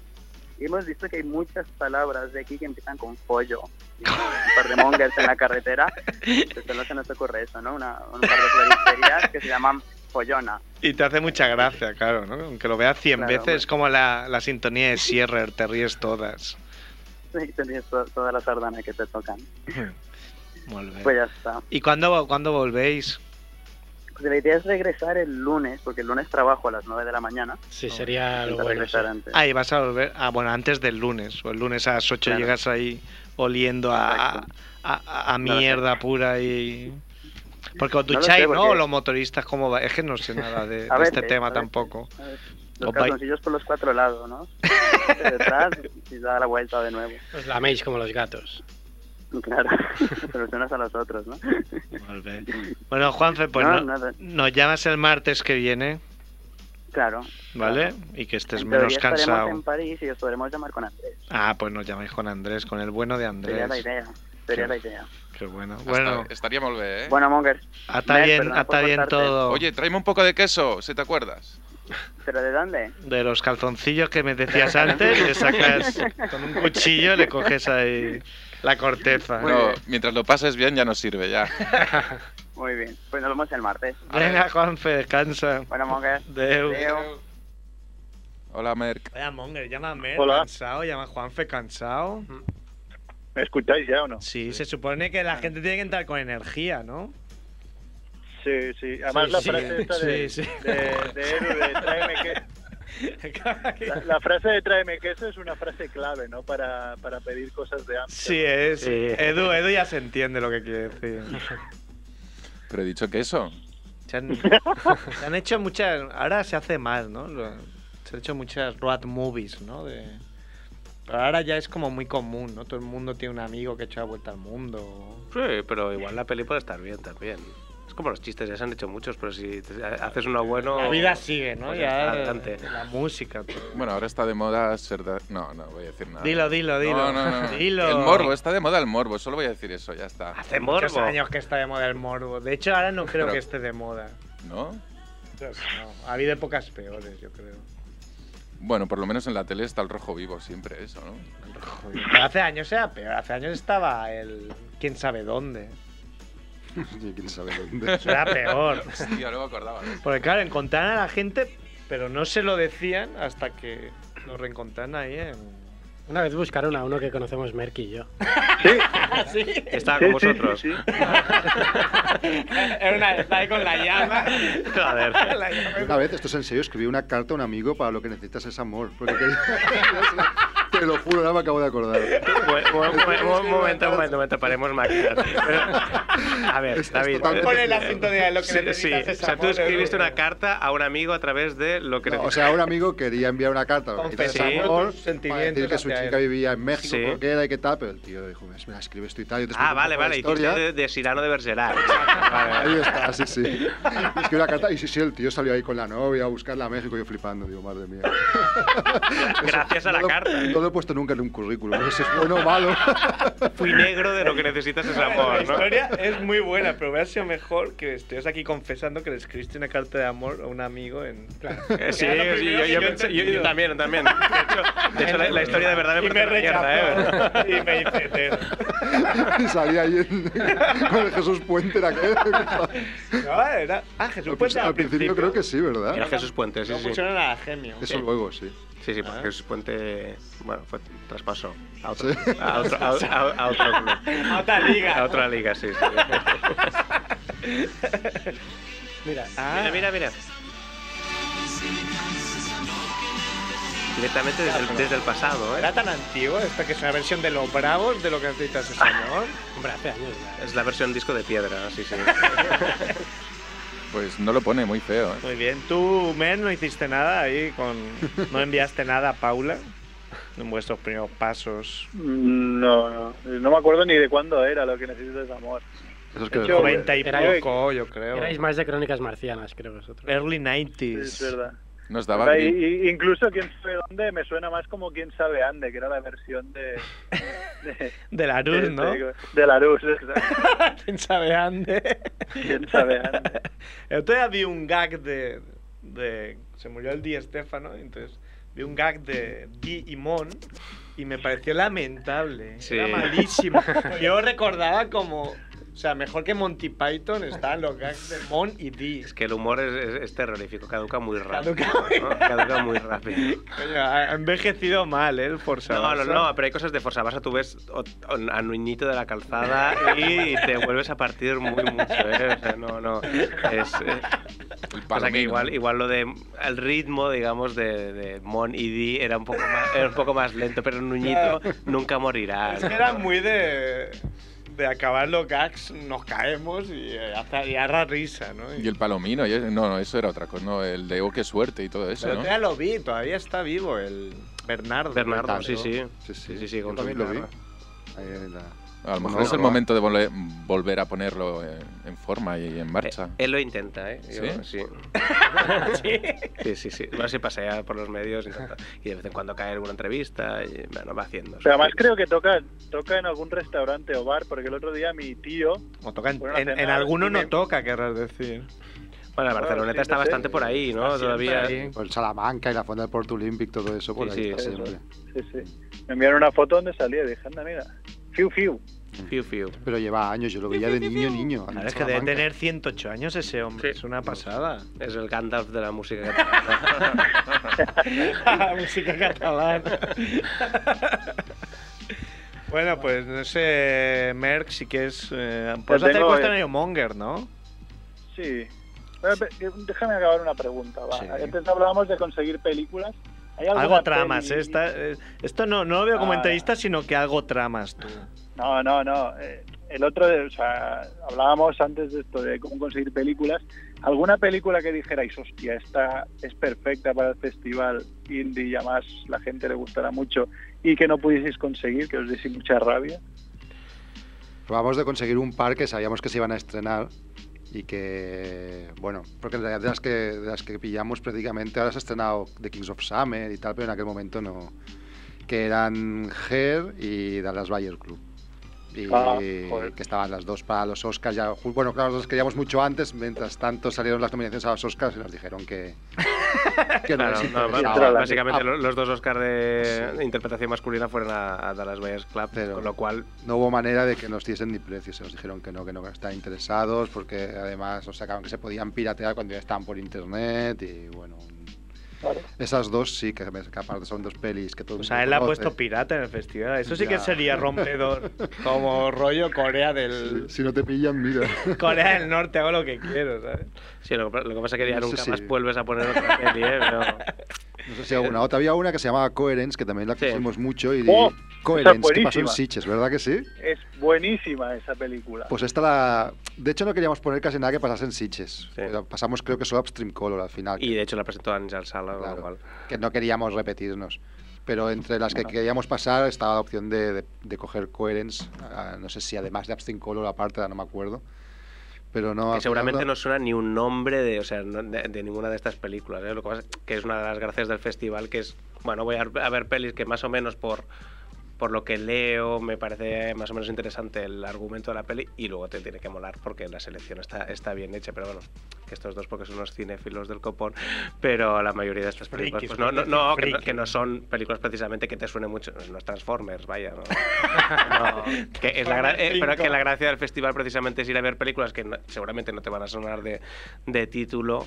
Y hemos visto que hay muchas palabras de aquí que empiezan con follo. Y Un par de mongers en la <laughs> carretera. Pues solo se nos ocurre eso, ¿no? Una, un par de floristerías que se llaman <laughs> follona. Y te hace mucha gracia, claro, ¿no? Aunque lo veas 100 Claro, veces, hombre. es como la, la sintonía de Sierra, te ríes todas. Sí, tenías to- todas las sardanas que te tocan. Muy bien. Pues ya está. ¿Y cuándo, cuándo volvéis? Pues la idea es regresar el lunes, porque el lunes trabajo a las 9 de la mañana. Sí, sería lo Intentar bueno. regresar antes. Ah, y vas a volver. Ah, bueno, antes del lunes. O el lunes a las 8 Claro. llegas ahí oliendo a, a, a- a No lo sé. mierda pura y. Porque os No lo sé, ducháis, ¿no? porque- O los motoristas, ¿cómo va? Es que no sé nada <laughs> de, A de veces, este tema a veces. tampoco. A ver, Los Oh, Os vais- calzoncillos por los cuatro lados, <laughs> ¿no? Detrás y da la vuelta de nuevo. Os laméis Pues como los gatos. Claro, <laughs> pero los unos a los otros, ¿no? Muy bien. Bueno, Juanfe, pues No, no- nada. nos llamas el martes que viene, Claro. ¿vale? Y que estés En menos teoría estaremos cansado. en París y os podremos llamar con Andrés. Ah, pues nos llamáis con Andrés, con el bueno de Sería la Andrés. idea. Sería Sí. la idea. Qué bueno. Hasta- Bueno, estaría muy bien, ¿eh? Bueno, Monger. hasta Mer, bien, perdona hasta por bien cortarte. todo. Oye, tráeme un poco de queso, si te acuerdas. ¿Pero de dónde? De los calzoncillos que me decías <laughs> antes, le sacas con un cuchillo, le coges ahí la corteza. Bueno, mientras lo pases bien ya nos sirve, ya. Muy bien. Pues nos vemos el martes. Venga, Juanfe, descansa. Bueno, Monger. Deu. Adeu. <laughs> Hola, Merck. Vaya monger, llama a Mer Hola. Mm, cansado, llama a Juanfe cansado. ¿Me escucháis ya o no? Sí, se supone que la gente tiene que entrar con energía, ¿no? Sí, sí. Además, Sí, la sí, frase esta de, sí, sí. de, de Edu, de tráeme queso. La, la frase de tráeme queso es una frase clave, ¿no? Para, para pedir cosas de hambre. Sí, es. Sí. Edu, Edu ya se entiende lo que quiere decir. Pero he dicho queso. Se han, <laughs> se han hecho muchas. Ahora se hace más, ¿no? Lo- Se han hecho muchas road movies, ¿no? De- pero ahora ya es como muy común, ¿no? Todo el mundo tiene un amigo que ha hecho la vuelta al mundo. Sí, pero igual la peli puede estar bien también. Es como los chistes, ya se han hecho muchos, pero si te- haces uno bueno. La vida sigue, ¿no? Pues ya ya está, adelante. La música. todo. Bueno, ahora está de moda ser... da- No, no voy a decir nada. Dilo, dilo, dilo. Ah. No, no, no. <laughs> Dilo. El morbo, está de moda el morbo, solo voy a decir eso, ya está. Hace Muchos morbo. años que está de moda el morbo. De hecho, ahora no creo Pero- que esté de moda. ¿No? Entonces, no. Ha habido épocas peores, yo creo. Bueno, por lo menos en la tele está el rojo vivo siempre, eso, ¿no? Joder, pero hace años era peor. Hace años estaba el. quién sabe dónde. Sí, quién sabe <laughs> dónde. Eso era peor. Hostia, no me acordaba. de eso. Porque claro, encontraban a la gente, pero no se lo decían hasta que lo reencontraron ahí en... Una vez buscaron a uno que conocemos Merck y yo. Estaba con vosotros. Sí, sí, sí. Era una está ahí con la llama. Joder. Una vez, esto es en serio, escribí una carta a un amigo para lo que necesitas es amor. Porque quería- <laughs> Te lo juro, ahora me acabo de acordar. Un momento, un momento, un momento, paremos máquinas. Pero, a ver, Es- es David. eh, totalmente Ponle la sintonía de lo que Sí, sí. necesitas O es sea, tú amor, escribiste ¿eh? una carta a un amigo a través de lo que No, o necesitas. sea, un amigo quería enviar una carta. a lo que necesitas Confesar es amor, tus para sentimientos decir que su hacia chica él. vivía en México, Sí. porque era y qué tal, pero el tío dijo, me la escribes tú y tal. yo te explico Ah, un vale, poco la vale. Hiciste historia". de, de Cyrano de Bergerac. Vale, vale. Ahí está, sí, sí. Escribí una carta y sí, sí, el tío salió ahí con la novia a buscarla a México, yo flipando, digo, madre mía. <laughs> Gracias a la No lo- carta. ¿eh? No lo he puesto nunca en un currículum. No sé si es bueno o malo. <laughs> Fui negro de lo que necesitas es La amor, ¿no? historia es muy buena, pero hubiera sido mejor que estés aquí confesando que le escribiste una carta de amor a un amigo en. Eh, Sí, sí, yo, yo pensé- yo- yo también, yo también. De hecho, de hecho, la, la historia de verdad me Y parece me una mierda, rechazó. ¿eh? Y me dice, Y salía ahí en- con el Jesús Puente. Era que, No, era. Ah, Jesús Puente al principio creo que sí, ¿verdad? Era Jesús Puente, sí, No sí. pusieron a Gemio. Eso luego, sí. Sí, sí, porque Jesús Puente, bueno, fue traspasó a otro, a otro, a, a- a otro club. A otra liga. A otra liga, sí. sí. Mira, Mira, mira, mira. Directamente desde el, desde el pasado, ¿eh? Era tan antiguo esta que es una versión de los bravos de lo que necesitas ese señor. Hombre, hace años Es la versión disco de piedra, sí, sí. Pues no lo pone muy feo, ¿eh? Muy bien. Tú, Men, no hiciste nada ahí con. No enviaste nada a Paula en vuestros primeros pasos. Mm, No, no, no me acuerdo ni de cuándo era lo que necesitas amor. Eso es que Yo- 90 y poco, yo creo. Erais más de crónicas marcianas, creo vosotros. Early 90s. Es verdad. Nos O sea, y- y- incluso quién sabe dónde me suena más como quién sabe ande, que era la versión de. de De la luz, ¿no? <laughs> De, de la luz, ¿Quién sabe ande? ¿Quién sabe ande? El otro día vi un gag de, de- Se murió el Di Stefano, entonces vi un gag de Di y Mon y me pareció lamentable. Sí. Era malísimo. <laughs> Yo recordaba como. O sea, mejor que Monty Python están los gags de Mon y Di. Es que el humor es, es- es terrorífico, caduca muy rápido. Caduca muy ¿no? Caduca muy rápido. Coño, ha ha envejecido mal, ¿eh? El forzado. No, no, no, pero hay cosas de Forzabasa, tú ves o- o- a Nuñito de la calzada y, te vuelves a partir muy mucho, ¿eh? O sea, no, no. Es, eh, pasa que palomino. igual, igual lo de el ritmo, digamos, de, de Mon y Di era un poco más, era un poco más lento, pero Nuñito nunca morirá. Es que ¿no? era muy de. De acabar los gags, nos caemos y, eh, hace- y hará risa, ¿no? Y el palomino, y- no, no, eso era otra cosa, no, el de oh, qué suerte y todo eso, Pero ¿no? ya lo vi, todavía está vivo el Bernardo. Bernardo, Bernardo. sí, <laughs> sí. Sí, sí. Sí, sí, con Yo su también lo vi. guitarra. Ahí en la- A lo mejor No, es el no, momento de vole- volver a ponerlo en, en forma y en marcha. Él lo intenta, ¿eh? Yo- ¿Sí? sí. Sí, sí, sí. Bueno, se pasea por los medios intenta- y de vez en cuando cae alguna entrevista y bueno, va haciendo. Pero además creo que toca, toca en algún restaurante o bar, porque el otro día mi tío. O toca en, Bueno, en- en cenar, alguno cine. no toca, querrás decir. Bueno, la Claro, Barceloneta sí, está no sé. bastante por ahí, ¿no? Está siempre Todavía. ahí. Por Salamanca y la Fonda del Porto Olímpic, todo eso, por Sí, ahí sí, está eso. siempre. Sí, sí. Me enviaron una foto donde salía y dije, anda, mira. Fiu, fiu. Fiu, fiu. Pero lleva años, yo lo veía de niño, niño. en Claro, es que debe Salamanca. tener 108 años ese hombre, Sí. es una pasada. Es el Gandalf de la música catalana. Música catalana. <laughs> bueno, pues no sé, Merck, si quieres. Eh, puedes hacer tengo, cuestionario Monger, ¿no? Sí. Bueno, pe- eh, Déjame acabar una pregunta. va. Sí. Antes hablábamos de conseguir películas. ¿Hay alguna Algo tramas, peli- ¿eh? Esta- eh, esto no, no lo veo como Ah. entrevista, sino que algo tramas tú. No, no, no. Eh, el otro, o sea, hablábamos antes de esto, de cómo conseguir películas. ¿Alguna película que dijerais, hostia, esta es perfecta para el festival indie y además la gente le gustará mucho y que no pudieseis conseguir, que os diese mucha rabia? Probamos de conseguir un par que sabíamos que se iban a estrenar y que, bueno, porque en realidad de las que, de las que pillamos prácticamente ahora se ha estrenado The Kings of Summer y tal, pero en aquel momento no. Que eran Her y Dallas Bayer Club. Y Ah, joder. que estaban las dos para los Oscars. Ya, ju- bueno, claro, las queríamos mucho antes, mientras tanto salieron las nominaciones a los Oscars y nos dijeron <laughs> que, que no, Claro, les no, interesaba. bá- básicamente Ah, lo- los dos Oscar de interpretación masculina fueron a, a Dallas Buyers Club, Pero- con lo cual no hubo manera de que nos diesen ni precios. Se nos dijeron que no, que no estaban interesados, porque además nos sacaban que se podían piratear cuando ya estaban por internet. Y bueno, un- Claro. esas dos sí, que, me- que aparte son dos pelis que todo el O mundo sea, él ha conoce. puesto pirata en el festival. Eso sí que Ya. sería rompedor. como rollo Corea del. Sí, Si no te pillan, mira. Corea del Norte, hago lo que quiero, ¿sabes? sí, lo, lo que pasa es que ya No sé nunca si- más vuelves a poner otra peli, <laughs> ¿eh? Pero- No sé si alguna otra. Había una que se llamaba Coherence, que también la Sí. pusimos mucho. Y ¡Oh! Coherence, Esa es que pasó en buenísima. Sitges, ¿verdad que sí? Es buenísima esa película. Pues esta la... De hecho, no queríamos poner casi nada que pasase en Sitges. Pero Pasamos, creo que solo a Upstream Color al final. Y de hecho la presentó Ángel Sala, con lo Claro, cual. que no queríamos repetirnos. Pero entre las que queríamos pasar estaba la opción de, de- de coger Coherence, ah, no sé si además de Abstain Color aparte, ahora no me acuerdo. Pero no... al final Que seguramente no suena ni un nombre de, o sea, no- de, de ninguna de estas películas. ¿eh? Lo que pasa es que es una de las gracias del festival, que es bueno, voy a a ver pelis que más o menos por, por lo que leo me parece más o menos interesante el argumento de la peli y luego te tiene que molar porque la selección está, está bien hecha, pero bueno, que estos dos porque son unos cinéfilos del copón, pero la mayoría de estas películas Frikis, pues no, no, frikis, no, que no, frikis. que no son películas precisamente que te suene mucho, no es Transformers, vaya, ¿no? No, que es la gra- eh, pero que la gracia del festival precisamente es ir a ver películas que no- seguramente no te van a sonar de, de título,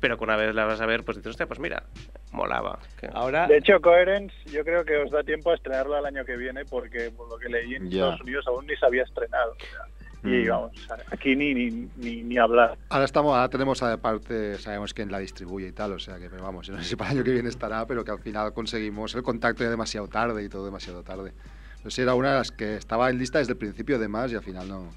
pero que una vez las vas a ver, pues dices, hostia, pues mira, molaba. Ah, Ah. Ahora... De hecho, Coherence yo creo que os da tiempo a estrenarla el año que viene porque por lo que leí en Ya. Estados Unidos aún ni se había estrenado. o sea, Y Mm. vamos, aquí ni, ni, ni, ni hablar. Ahora estamos, ahora tenemos aparte, sabemos quién la distribuye y tal, o sea que, pero vamos, yo no sé si para el año que viene estará, pero que al final conseguimos el contacto ya demasiado tarde y todo demasiado tarde. No sé, era una de las que estaba en lista desde el principio de más y al final no,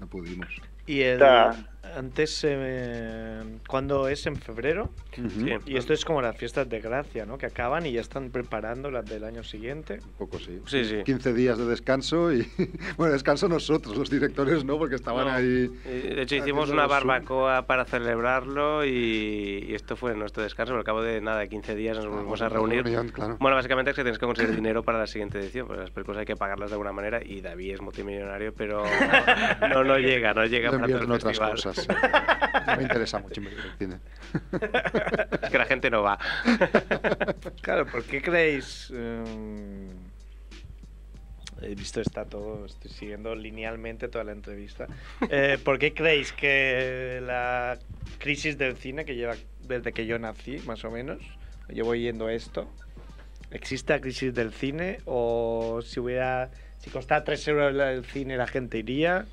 no pudimos. Y el, Ta. antes, eh, cuando es en febrero, Ujú. Sí. y esto es como las fiestas de gracia, ¿no? Que acaban y ya están preparando las del año siguiente. Un poco sí. Sí, sí. 15 días de descanso y, <laughs> bueno, descanso nosotros, los directores no, porque estaban No. ahí... Eh, De hecho, hicimos haciendo una los Zoom. barbacoa para celebrarlo y, y esto fue nuestro descanso. Pero al cabo de nada, de 15 días nos volvimos a Ah, bueno, reunir. reunión, claro. Bueno, básicamente es que tienes que conseguir dinero para la siguiente edición. Pues las películas hay que pagarlas de alguna manera y David es multimillonario, <laughs> pero no, no llega, no llega Lo para todo invierto el en otras festival. cosas. sí. <laughs> No me interesa mucho invertir en cine. Es que la gente no va. Claro, ¿por qué creéis? em, he visto, está todo, estoy siguiendo linealmente toda la entrevista. Eh, ¿Por qué creéis que la crisis del cine que lleva desde que yo nací, más o menos, llevo yendo esto, existe la crisis del cine o si hubiera, si costara 3 euros la- el cine la gente iría?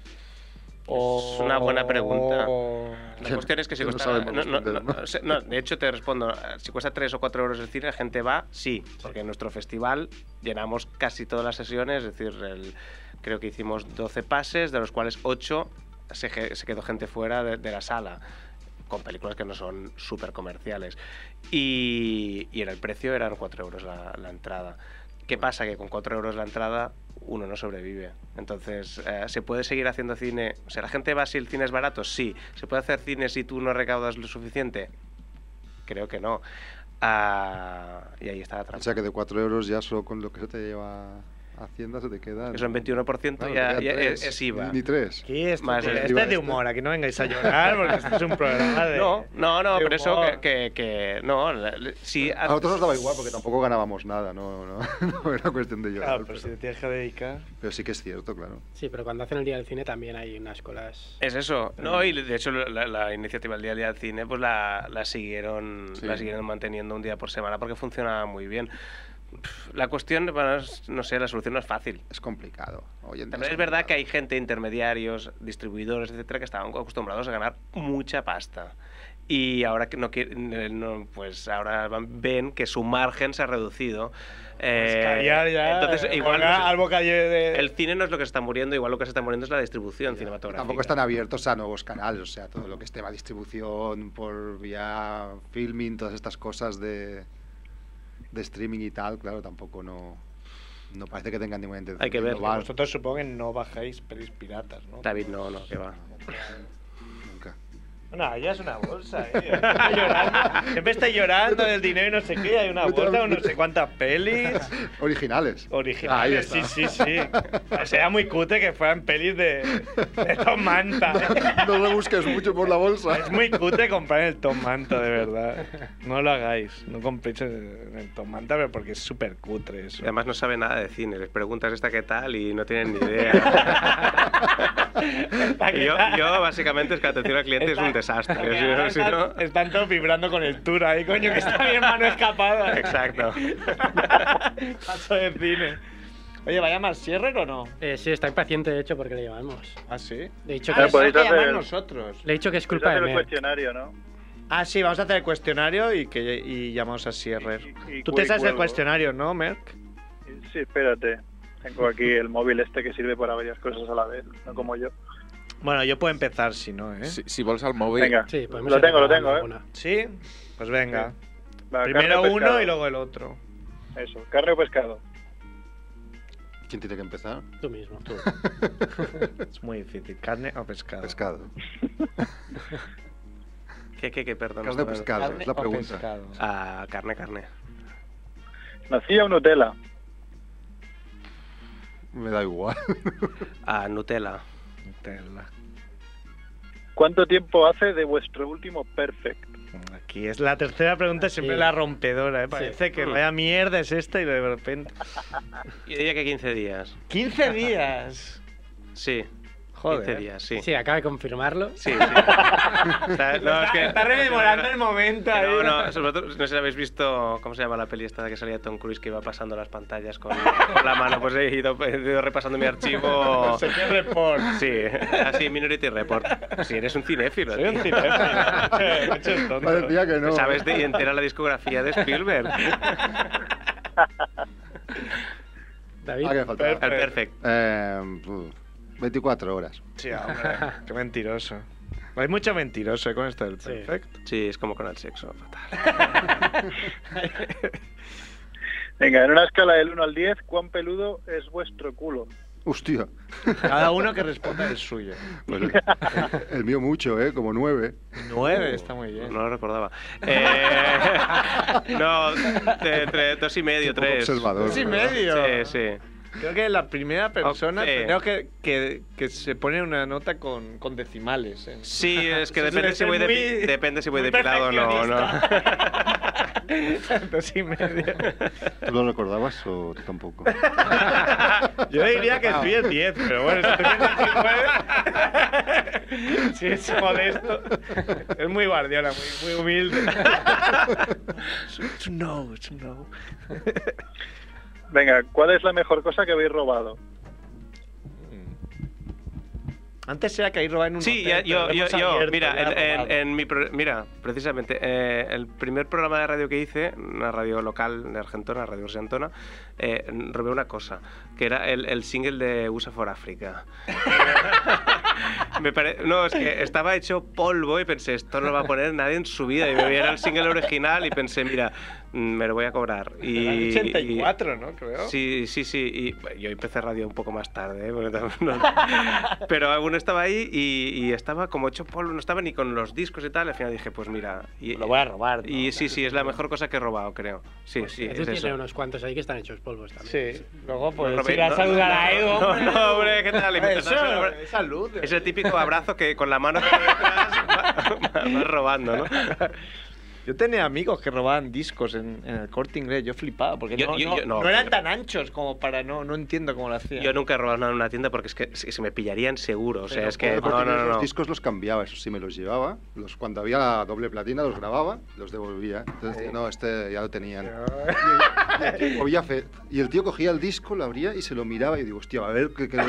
O- Es una buena pregunta. o- La cuestión es que si No cuesta. sabemos no, no, responder, no, se- no, de hecho, te respondo. Si cuesta 3 o 4 euros el cine, la gente va, sí. Porque en nuestro festival llenamos casi todas las sesiones. Es decir, el- creo que hicimos 12 pases, de los cuales 8 se, ge- se quedó gente fuera de, de la sala. Con películas que no son súper comerciales. Y, y en el precio eran 4 euros la, la entrada. ¿Qué pasa? Que con 4 euros la entrada uno no sobrevive. Entonces, eh, ¿se puede seguir haciendo cine? O sea, ¿la gente va si el cine es barato? Sí. ¿Se puede hacer cine si tú no recaudas lo suficiente? Creo que no. Ah, y ahí está la O trampa. sea que de 4 euros ya solo con lo que se te lleva Hacienda se te queda... Eso en 21% Claro, ya, te quedan ya tres, es, es IVA. Ni 3. ¿Qué es? Más el este IVA es de este. humor, a que no vengáis a llorar, porque este es un programa <laughs> de... No, no, no, de pero eso que, humor. que- que- no, la- la- si A nosotros nos daba igual porque tampoco ganábamos nada, no, <laughs> no, no era cuestión de llorar. Claro, Ah, pero si te tienes que dedicar... Pero sí que es cierto, claro. Sí, pero cuando hacen el día del cine también hay unas colas. Es eso. No, y de hecho la, la iniciativa del Día del Cine pues la, la siguieron Sí. la siguieron manteniendo un día por semana porque funcionaba muy bien. Pff, La cuestión, bueno, es- no sé, la solución no es fácil. Es complicado. También es verdad que hay gente, intermediarios, distribuidores, etcétera, que estaban acostumbrados a ganar mucha pasta. Y ahora que no quieren, no, pues ahora van- ven que su margen se ha reducido. Eh, Caviar Pues ya, entonces, eh, igual, colgar no sé, al bocalle de... el cine no es lo que se está muriendo, igual lo que se está muriendo es la distribución cinematográfica. Tampoco están abiertos a nuevos canales, o sea, todo lo que es tema distribución por vía filming, todas estas cosas de, de streaming y tal, claro, tampoco no, no parece que tengan ninguna intención. Hay que de ver. innovar. Vosotros supongo que no bajáis pelis piratas, ¿no? David, no, no, que va. No, ya es una bolsa, <laughs> eh. Está llorando. Siempre está llorando del dinero y no sé qué. Hay una bolsa con no sé cuántas pelis. Originales. Ahí Originales. está. Sí, sí, sí. Sería muy cute que fueran pelis de, de Tom Manta. <laughs> eh. No lo busques mucho por la bolsa. Es muy cute comprar en el Tom Manta, de verdad. No lo hagáis. No compréis en el Tom Manta, pero porque es súper cutre eso. Y <laughs> Además no sabe nada de cine, les preguntas esta qué tal y no tienen ni <laughs> idea. Y yo, yo, básicamente es que la atención al cliente es un desastre. si no- si no- Están, están todos vibrando con el tour ahí, coño, que está mi hermano escapado. Exacto. Paso de cine. Oye, ¿va a llamar Sierra o no? Eh, sí, está impaciente, de hecho, porque le llamamos. ¿Ah, sí? De hecho, Ah, que le tenemos podéis que hacer- llamar nosotros. Le he dicho que es culpa de hacer el Mer. cuestionario, ¿no? Ah, sí, vamos a hacer el cuestionario y, que, y llamamos a Sierra. y- y Tú cu- te y sabes el cuelgo. cuestionario, ¿no, Merck? Sí, espérate. Tengo aquí el móvil este que sirve para varias cosas a la vez, no como yo. Bueno, yo puedo empezar si no, ¿eh? Si, si vols al móvil... Venga, lo tengo, lo tengo, ¿eh? ¿Sí? Pues venga. Va, carne Primero o uno pescado. y luego el otro. Eso, carne o pescado. ¿Quién tiene que empezar? Tú mismo. es muy difícil. ¿Carne o pescado? Pescado. ¿Qué, qué, qué? Perdón. Carne o pescado, es la pregunta. Ah, carne, carne. ¿Nacía o Nutella? Me da igual. Ah, Nutella. Nutella. ¿Cuánto tiempo hace de vuestro último perfect? Aquí es la tercera pregunta, siempre Sí. la rompedora. ¿eh? Parece que vaya mierda es esta y de repente. Yo diría que 15 días. 15 días. Sí. Joder. 15 días, sí. Sí, acaba de confirmarlo. <laughs> Sí, sí. Está, no, es que- Está rememorando el momento ahí. No, no, sobre todo, no sé si habéis visto cómo se llama la peli esta que salía Tom Cruise que iba pasando las pantallas con, con la mano. Pues he ido, he ido repasando mi archivo. No sé qué report. Sí, así, Minority Report. Sí, eres un cinéfilo. Soy un <laughs> cinéfilo. Eches tonto. <laughs> Parecía que no. Sabes de y entera la discografía de Spielberg. David. Ah, que me faltaba. Al perfect. Eh, pf, 24 horas. Sí, hombre, qué mentiroso. Hay mucho mentiroso eh, con esto del perfecto. Sí, es como con el sexo. Venga, en una escala del 1 al 10, ¿cuán peludo es vuestro culo? Hostia. Cada uno que responda el suyo. Pues, el mío mucho, ¿eh? Como 9. Nueve, está muy bien. No <laughs> lo recordaba. Eh, <laughs> no, de, tre- dos y medio, Tipo tres. observador. Dos y medio. Sí, sí. Creo que la primera persona Ok. creo que, que, que se pone una nota con, con decimales. ¿eh? Sí, es que Eso depende debe si voy, ser depi- muy- depende si voy muy depilado o no. no. <laughs> Dos y medio. ¿Tú lo recordabas o tú tampoco? <laughs> Yo diría que sí es 10, pero bueno, si te <laughs> pones Si es modesto. Es muy guardiola, muy, muy humilde. no, no. Venga, ¿cuál es la mejor cosa que habéis robado? <laughs> Antes era que ahí robar en un Sí, hotel, yo, pero yo, hemos yo- abierto, mira, ya en, en- robado. en mi pro- mira, precisamente, eh, el primer programa de radio que hice, una radio local de Argentona, Radio Argentona, eh, robé una cosa, que era el, el single de USA for Africa. <laughs> Me pare- No, es que estaba hecho polvo y pensé, esto no lo va a poner nadie en su vida. Y me viera el single original y pensé, mira, mm, me lo voy a cobrar. Y, Era el y- 84, ¿no? Creo. Sí, sí, sí. Y bueno, yo empecé radio un poco más tarde, ¿eh? Bueno, tam- no- pero aún estaba ahí y, y estaba como hecho polvo, no estaba ni con los discos y tal. Al final dije, pues mira. lo voy a robar. Y sí, sí, es la mejor cosa que he robado, creo. Sí, Pues sí, Edu es tiene eso. unos cuantos ahí que están hechos polvos también. Sí, luego No, pues Robert, ir a no, saludar no, a Edu. no, hombre, no, Edu. hombre, ¿qué tal? Intentando Eso, eh. saludar- salud. Es el típico abrazo que con la mano que detrás <laughs> va- va robando, <laughs> ¿no? Yo tenía amigos que robaban discos en, en el corte inglés, yo flipaba, porque Yo- no, yo- no- yo no. no eran tan anchos como para no, no entiendo cómo lo hacían. Yo nunca he robado nada en una tienda porque es que se se me pillarían seguro. O sea, Pero es que. Porque No, no, yo no. Los no. discos los cambiaba, eso sí me los llevaba. Los, cuando había la doble platina los grababa, los devolvía. Entonces decía, no, este ya lo tenían. Y el, y el tío cogía fe- y el tío cogía el disco, lo abría y se lo miraba y digo, hostia, a ver, que, que, <laughs>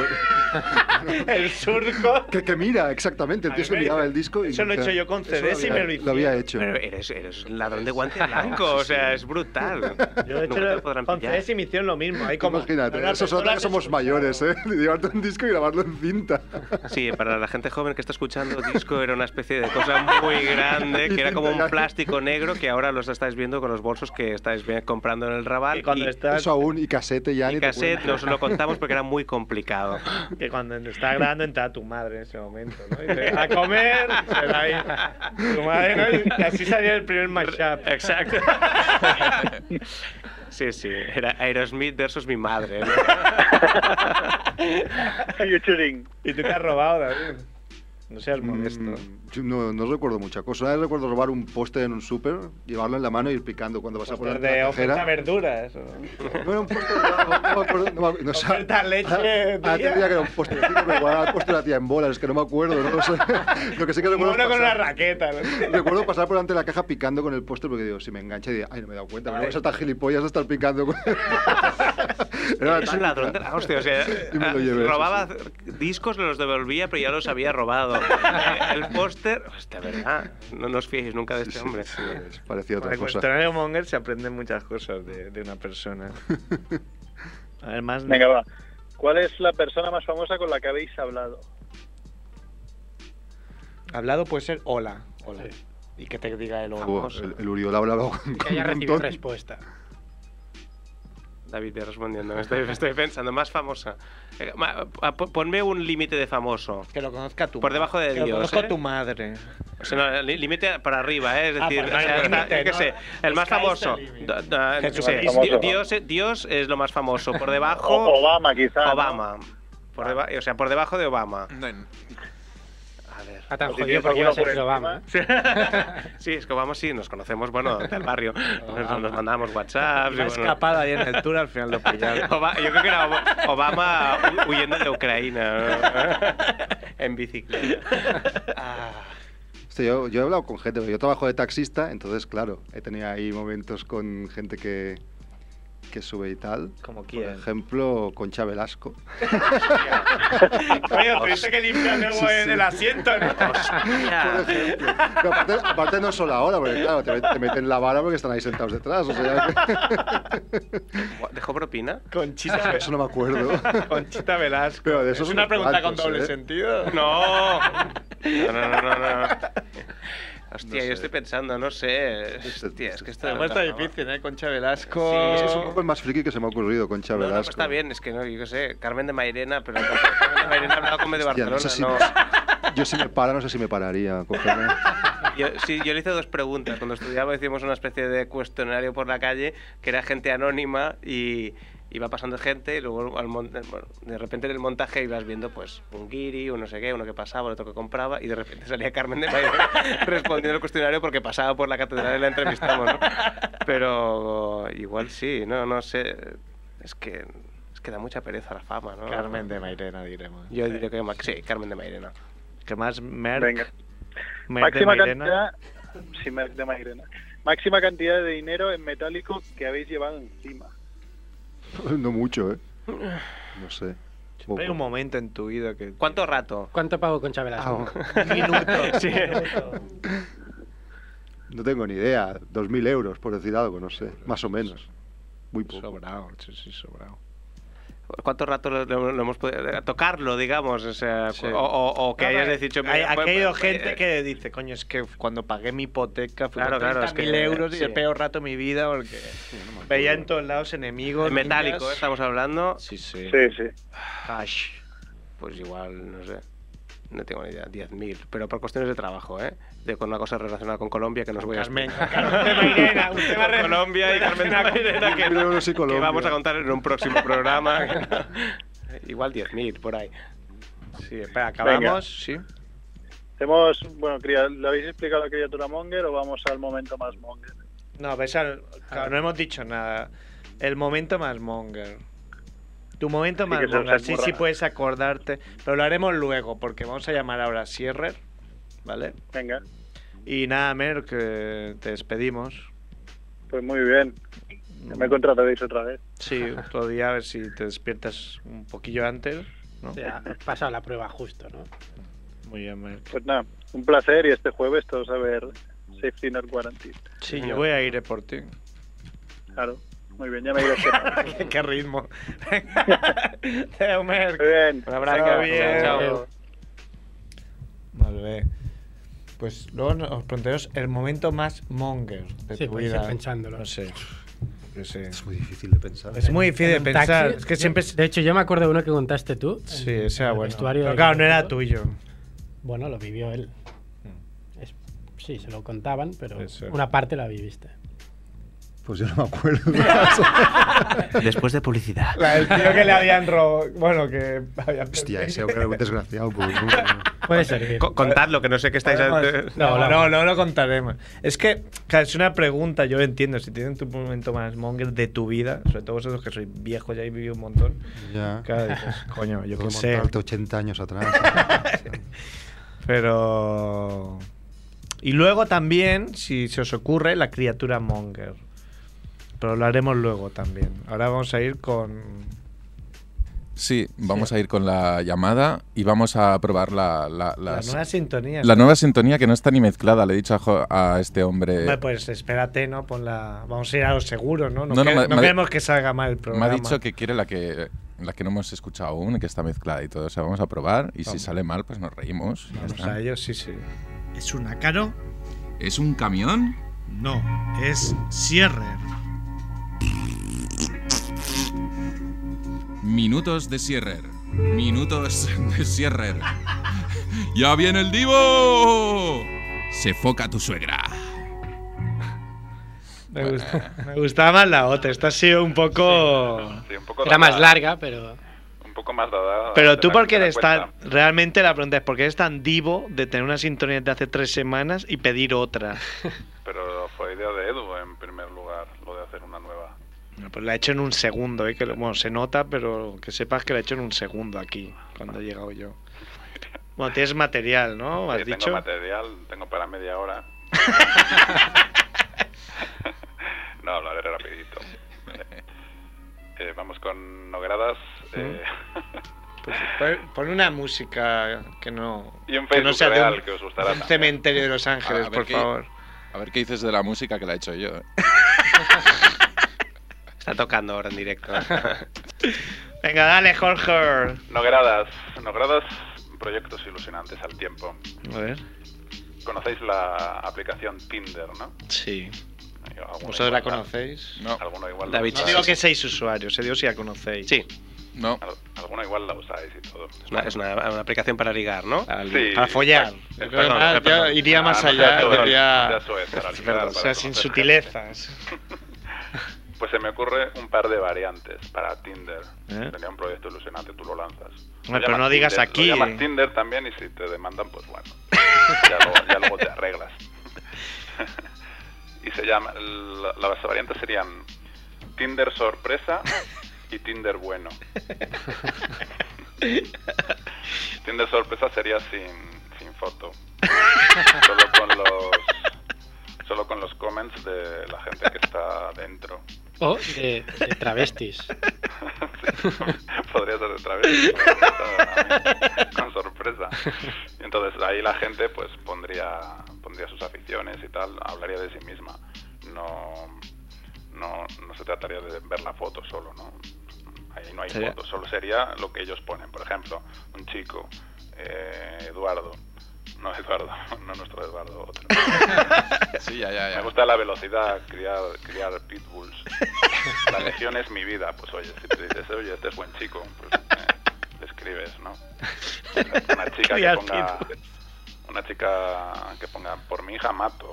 El surco. que- que mira, exactamente. El tío se miraba el disco y... Eso lo he hecho yo con Eso CDs y había- me lo Lo había hicieron. hecho. Pero eres, eres un ladrón de guante blanco, o sea, es brutal. Yo he hecho Nunca te podrán con pillar. CDs y me hicieron lo mismo. Ahí como, Imagínate, una eso es otra persona que somos se- mayores, ¿eh? <laughs> De llevarte un disco y grabarlo en cinta. Sí, para la gente joven que está escuchando, disco era una especie de cosa muy grande, que era como un plástico negro que ahora los estáis viendo con los bolsos que estáis ve- comprando en el Raval. Que cuando, y estás, Eso aún, ¿eh? y casete ya ni te cassette cuento. nos lo contamos porque era muy complicado. que cuando estaba grabando entraba tu madre en ese momento, ¿no? Y dice, a comer, se la iba. Tu madre, ¿no? Y así salía el primer mashup. <laughs> Exacto. Sí, sí, era Aerosmith versus mi madre. ¿no? Featuring. ¿Y tú te has robado, David? No seas modesto. <laughs> Mm, yo no, no recuerdo mucha cosa. Una vez recuerdo robar un póster en un súper, llevarlo en la mano y ir picando cuando vas a poner Póster la de Pues oferta cajera. verduras. ¿o? No era un póster, no, no me acuerdo, no me acuerdo, no sé. Oferta leche, Ah, tía. te diría que era un póster, tío, pero igual era el póster de la tía en bolas, es que no me acuerdo, no lo sé. <laughs> Lo que sí que recuerdo es Mono con una pasar- raqueta. ¿no? <laughs> Recuerdo pasar por delante de la caja picando con el póster porque digo, si me engancha y digo, ay, no me he dado cuenta, me Vale. vas a estar gilipollas a estar picando. con- <laughs> <laughs> Era Es un la ladrón de la hostia, o sea, Y me lo ah, llevé, robaba discos, los devolvía, pero ya los había robado. Eh, El póster, hostia, verdad, no, no os fiéis nunca de este hombre. Es parecido a Con otra el cosa. cuestionario Monger se aprenden muchas cosas de, de <laughs> una persona. A ver, más. Venga, va. ¿Cuál es la persona más famosa con la que habéis hablado? Hablado puede ser hola. hola. Y que te diga el hola. Buah, el, el Uriola hablaba con, Que haya un recibido montón. respuesta. David respondiendo. Me estoy, me estoy pensando, más famosa. Eh, ma- a- po- Ponme un límite de famoso. Que lo conozca tu Por ma- debajo de que lo Dios, conozca ¿eh? tu madre. O sea, no, li- límite para arriba, ¿eh? es Ah, decir, pues o no hay sea, límite, está- yo qué ¿no? sé, el más Sky's the famoso. limit. Da- da- yo qué sé, Jesucristo. Di- Dios, es- Dios es lo más famoso. <laughs> Por debajo. O- Obama, quizá, ¿no? Obama. Por deba- o sea, por debajo de Obama. A ver. <laughs> Ah, Pues tan Si jodido tienes porque iba a alguno ser por <laughs> Obama. Sí, es que Obama sí, nos conocemos, bueno, del barrio. <laughs> Nos, nos mandamos WhatsApp. Iba escapado ahí en el tour, al final lo pillaron. yo creo que era Ob- Obama hu- huyendo de Ucrania. ¿no? en bicicleta. Hostia, yo, yo he hablado con gente, porque yo trabajo de taxista, entonces, claro, he tenido ahí momentos con gente que, que sube y tal. Como Por quién. ejemplo, Concha Velasco. <laughs> Coño, tuviste que limpiar luego Sí, en sí. el asiento, ¿no? Por ejemplo. Pero aparte, aparte no solo ahora, porque claro, te, met- te meten la vara porque están ahí sentados detrás. O sea, <laughs> Buah, ¿Dejó propina? Conchita, que- eso no me acuerdo. Conchita Velasco. Pero de esos es una unos pregunta con cuantos, doble ¿eh? sentido. No. No, no, no, no. no. Hostia, sé. Este, yo estoy pensando, no sé. Hostia, es que esto. Además está difícil, ¿eh? Concha Velasco. Sí, Es que es un poco el más friki que se me ha ocurrido, Concha No, no, Velasco. está bien, es que no, yo qué sé. Carmen de Mairena, pero tampoco- Carmen de Mairena hablaba con medio Hostia, no Barcelona, sé si- ¿no? Yo si me para, no sé si me pararía. a <laughs> cogerme. Yo, sí, yo le hice dos preguntas. Cuando estudiaba hicimos una especie de cuestionario por la calle que era gente anónima y iba pasando gente y luego al mon- bueno, de repente en el montaje ibas viendo pues un guiri, un no sé qué, uno que pasaba, otro que compraba y de repente salía Carmen de Mairena <laughs> respondiendo el cuestionario porque pasaba por la catedral y la entrevistamos, ¿no? Pero igual sí, no, no sé. Es que, es que da mucha pereza la fama, ¿no? Carmen de Mairena, diremos. Yo diría que ma- sí, Carmen de Mairena. ¿Qué más? Mer, Venga. Mer de Máxima Mairena. cantidad. Sí, Merck de Mairena. Máxima cantidad de dinero en metálico que habéis llevado encima. No mucho, ¿eh? No sé. Poco. Hay un momento en tu vida que... ¿Cuánto rato? ¿Cuánto pago con Ah, Velasco? Minutos. <laughs> Sí. No tengo ni idea. 2.000 euros, por decir algo, no sé. Más o menos. Muy poco. Sobrado, sí, sí, sobrado. ¿Cuánto rato lo, lo- lo hemos podido eh, tocarlo, digamos? O, sea, Sí. o, o- o que No, hayas pero dicho... hay- mira, aquí ha pues, habido pues, gente eh, que dice, coño, es que cuando pagué mi hipoteca fue Claro, con claro, es que- 30.000 euros y sí. el peor rato de mi vida porque veía en todos lados enemigos. en metálico, niñas. ¿eh? estamos hablando. Sí, sí. Sí, sí. Cash. Pues igual, no sé. No tengo ni idea, 10.000. Pero por cuestiones de trabajo, ¿eh? De, con una cosa relacionada con Colombia que nos voy a <laughs> Carmen, explicar. <laughs> Carmen de Mairena, usted va a Con re- Colombia y Carmen de Mairena que, 10.000 euros y que Colombia. vamos a contar en un <laughs> próximo programa. que no. Igual 10.000, por ahí. Sí, espera, acabamos, sí. Hemos, bueno, cría- ¿le habéis explicado la criatura monger o vamos al momento más monger? No, ves al- claro, no hemos dicho nada. El momento más monger. Tu momento Sí, más que se nos monger, sí, ocurra. sí puedes acordarte. Pero lo haremos luego, porque vamos a llamar ahora a Sierrer, ¿vale? Venga, Y nada, Mer, que te despedimos. pues muy bien. Ya Me contrataréis otra vez. Sí, otro día a ver si te despiertas un poquillo antes. ¿no? Ya, has pasado la prueba justo, ¿no? Muy bien, Mer. Pues nada, un placer y este jueves todos a ver Safety Not Guaranteed. Sí, yo voy a ir eh, por ti. <laughs> Claro, muy bien, ya me iré. a ¿Qué, qué ritmo. <laughs> Adéu, Mer. Muy bien. Un abrazo. Venga, bien. Eh, Chao. Molt bé. Pues luego nos- os planteos el momento más monger de Sí, tu puede vida. ser pensándolo. No sé. Yo sé. Es muy difícil de pensar. Es muy difícil de En un pensar. taxi. Es que siempre. es- De hecho, yo me acuerdo de uno que contaste tú. en Sí, ese era el bueno. vestuario Pero de claro, no era Carlos. tuyo. Bueno, lo vivió él. Mm. Es- sí, se lo contaban, pero Eso. una parte la viviste. Pues yo no me acuerdo. Después de <laughs> publicidad. el tío que le habían robado. Bueno, que habían. <laughs> Hostia, ese hombre era un desgraciado. pues, no. Puede <laughs> ser. Co- Contadlo, que no sé qué estáis... Podemos- No, No, la- no, no lo contaremos. Es que, claro, es una pregunta, yo lo entiendo. Si tienes tu momento más monger de tu vida, sobre todo vosotros que sois viejos ya habéis vivido un montón, Ya. <laughs> claro, dices, coño, yo Tengo qué que sé. montarte 80 años atrás. Pero. Y luego también, si se os ocurre, la criatura monger. Pero lo haremos luego también. Ahora vamos a ir con. Sí, vamos a ir con la llamada y vamos a probar la, la- La las- nueva sintonía. la nueva sintonía que no está ni mezclada, le he dicho a, Jo- a este hombre. Hombre, Pues espérate, ¿no? Pon la... Vamos a ir a lo seguro, ¿no? No, No, no, que- me- no me- queremos que salga mal el Me programa. ha dicho que quiere la que la que no hemos escuchado aún, que está mezclada y todo. O sea, vamos a probar y si Vamos. sale mal, pues nos reímos. y ya Vamos está. a ello, sí, sí. ¿Es un ácaro? ¿Es un camión? No, es Sierrer. Minutos de Sierrer. Minutos de Sierrer. ¡Ya viene el Divo! Se foca tu suegra. Me, gusta, <laughs> me gustaba más la otra. Esta ha sido un poco. Sí, un poco Era más larga, pero. Un poco más dada. Pero tú, porque eres tan. Realmente la pregunta es: ¿por qué eres tan divo de tener una sintonía de hace tres semanas y pedir otra? Pero fue idea de Edu, en primer lugar, lo de hacer una nueva. Pues la he hecho en un segundo, ¿eh? que, bueno, se nota, pero que sepas que la he hecho en un segundo aquí, cuando he llegado yo. Bueno, tienes material, ¿no? ¿Has sí, dicho? Tengo material, tengo para media <laughs> hora. <laughs> no, lo haré rapidito. Eh, vamos con Nogradas. Eh. Pues, pon una música que no, y un que no sea real, de un, que os <laughs> gustará un cementerio de Los Ángeles, A ver por qué- favor. A ver qué dices de la música que la he hecho yo. ¿eh? Está tocando ahora en directo. Venga, dale, Jorge. A Nogradas. Nogradas, proyectos ilusionantes al tiempo. ver. Conocéis la aplicación Tinder, ¿no? Sí. Alguno ¿Vosotros la igual conocéis? No, Alguno igual la David, No usáis. digo que seis usuarios, se digo si la conocéis. Sí, no. Al- Alguno igual la usáis y todo. es una, es una- una aplicación para ligar, ¿no? Al- Sí. Para follar. Pues, Yo creo perdón, que más- perdón. yo iría más Ah, no allá, seas soez, diría- no seas soez, para ligar, o para sea, sin conocer sutilezas. gente. Pues se me ocurre un par de variantes para Tinder. ¿Eh? Tenía un proyecto ilusionante, tú lo lanzas. Lo pero llamas no digas Tinder, aquí, Lo eh. llamas Tinder también y si te demandan, pues <laughs> bueno. ya, luego, ya luego te arreglas. <laughs> y se llama. la- las variantes serían Tinder sorpresa y Tinder <laughs> bueno. Tinder sorpresa sería sin, sin foto. solo con los solo con los comments de la gente que está dentro. O de, de travestis. Sí, <laughs> Podría ser otra vez. pero Con sorpresa. Y Entonces ahí la gente pues pondría pondría sus aficiones y tal, hablaría de sí misma. No no, no se trataría de ver la foto solo, ¿no? Ahí no hay Sería- foto, solo sería lo que ellos ponen. Por ejemplo, un chico, eh, Eduardo. No, Eduardo, <laughs> no nuestro Eduardo, otro. Sí, ya, ya, ya. Me gusta la velocidad, criar, criar pitbulls. La legión es mi vida. Pues oye, si te dices, oye, este es buen chico, pues eh, le escribes, ¿no? Una chica que Criar ponga... pitbulls. Una chica que ponga, por mi hija mato.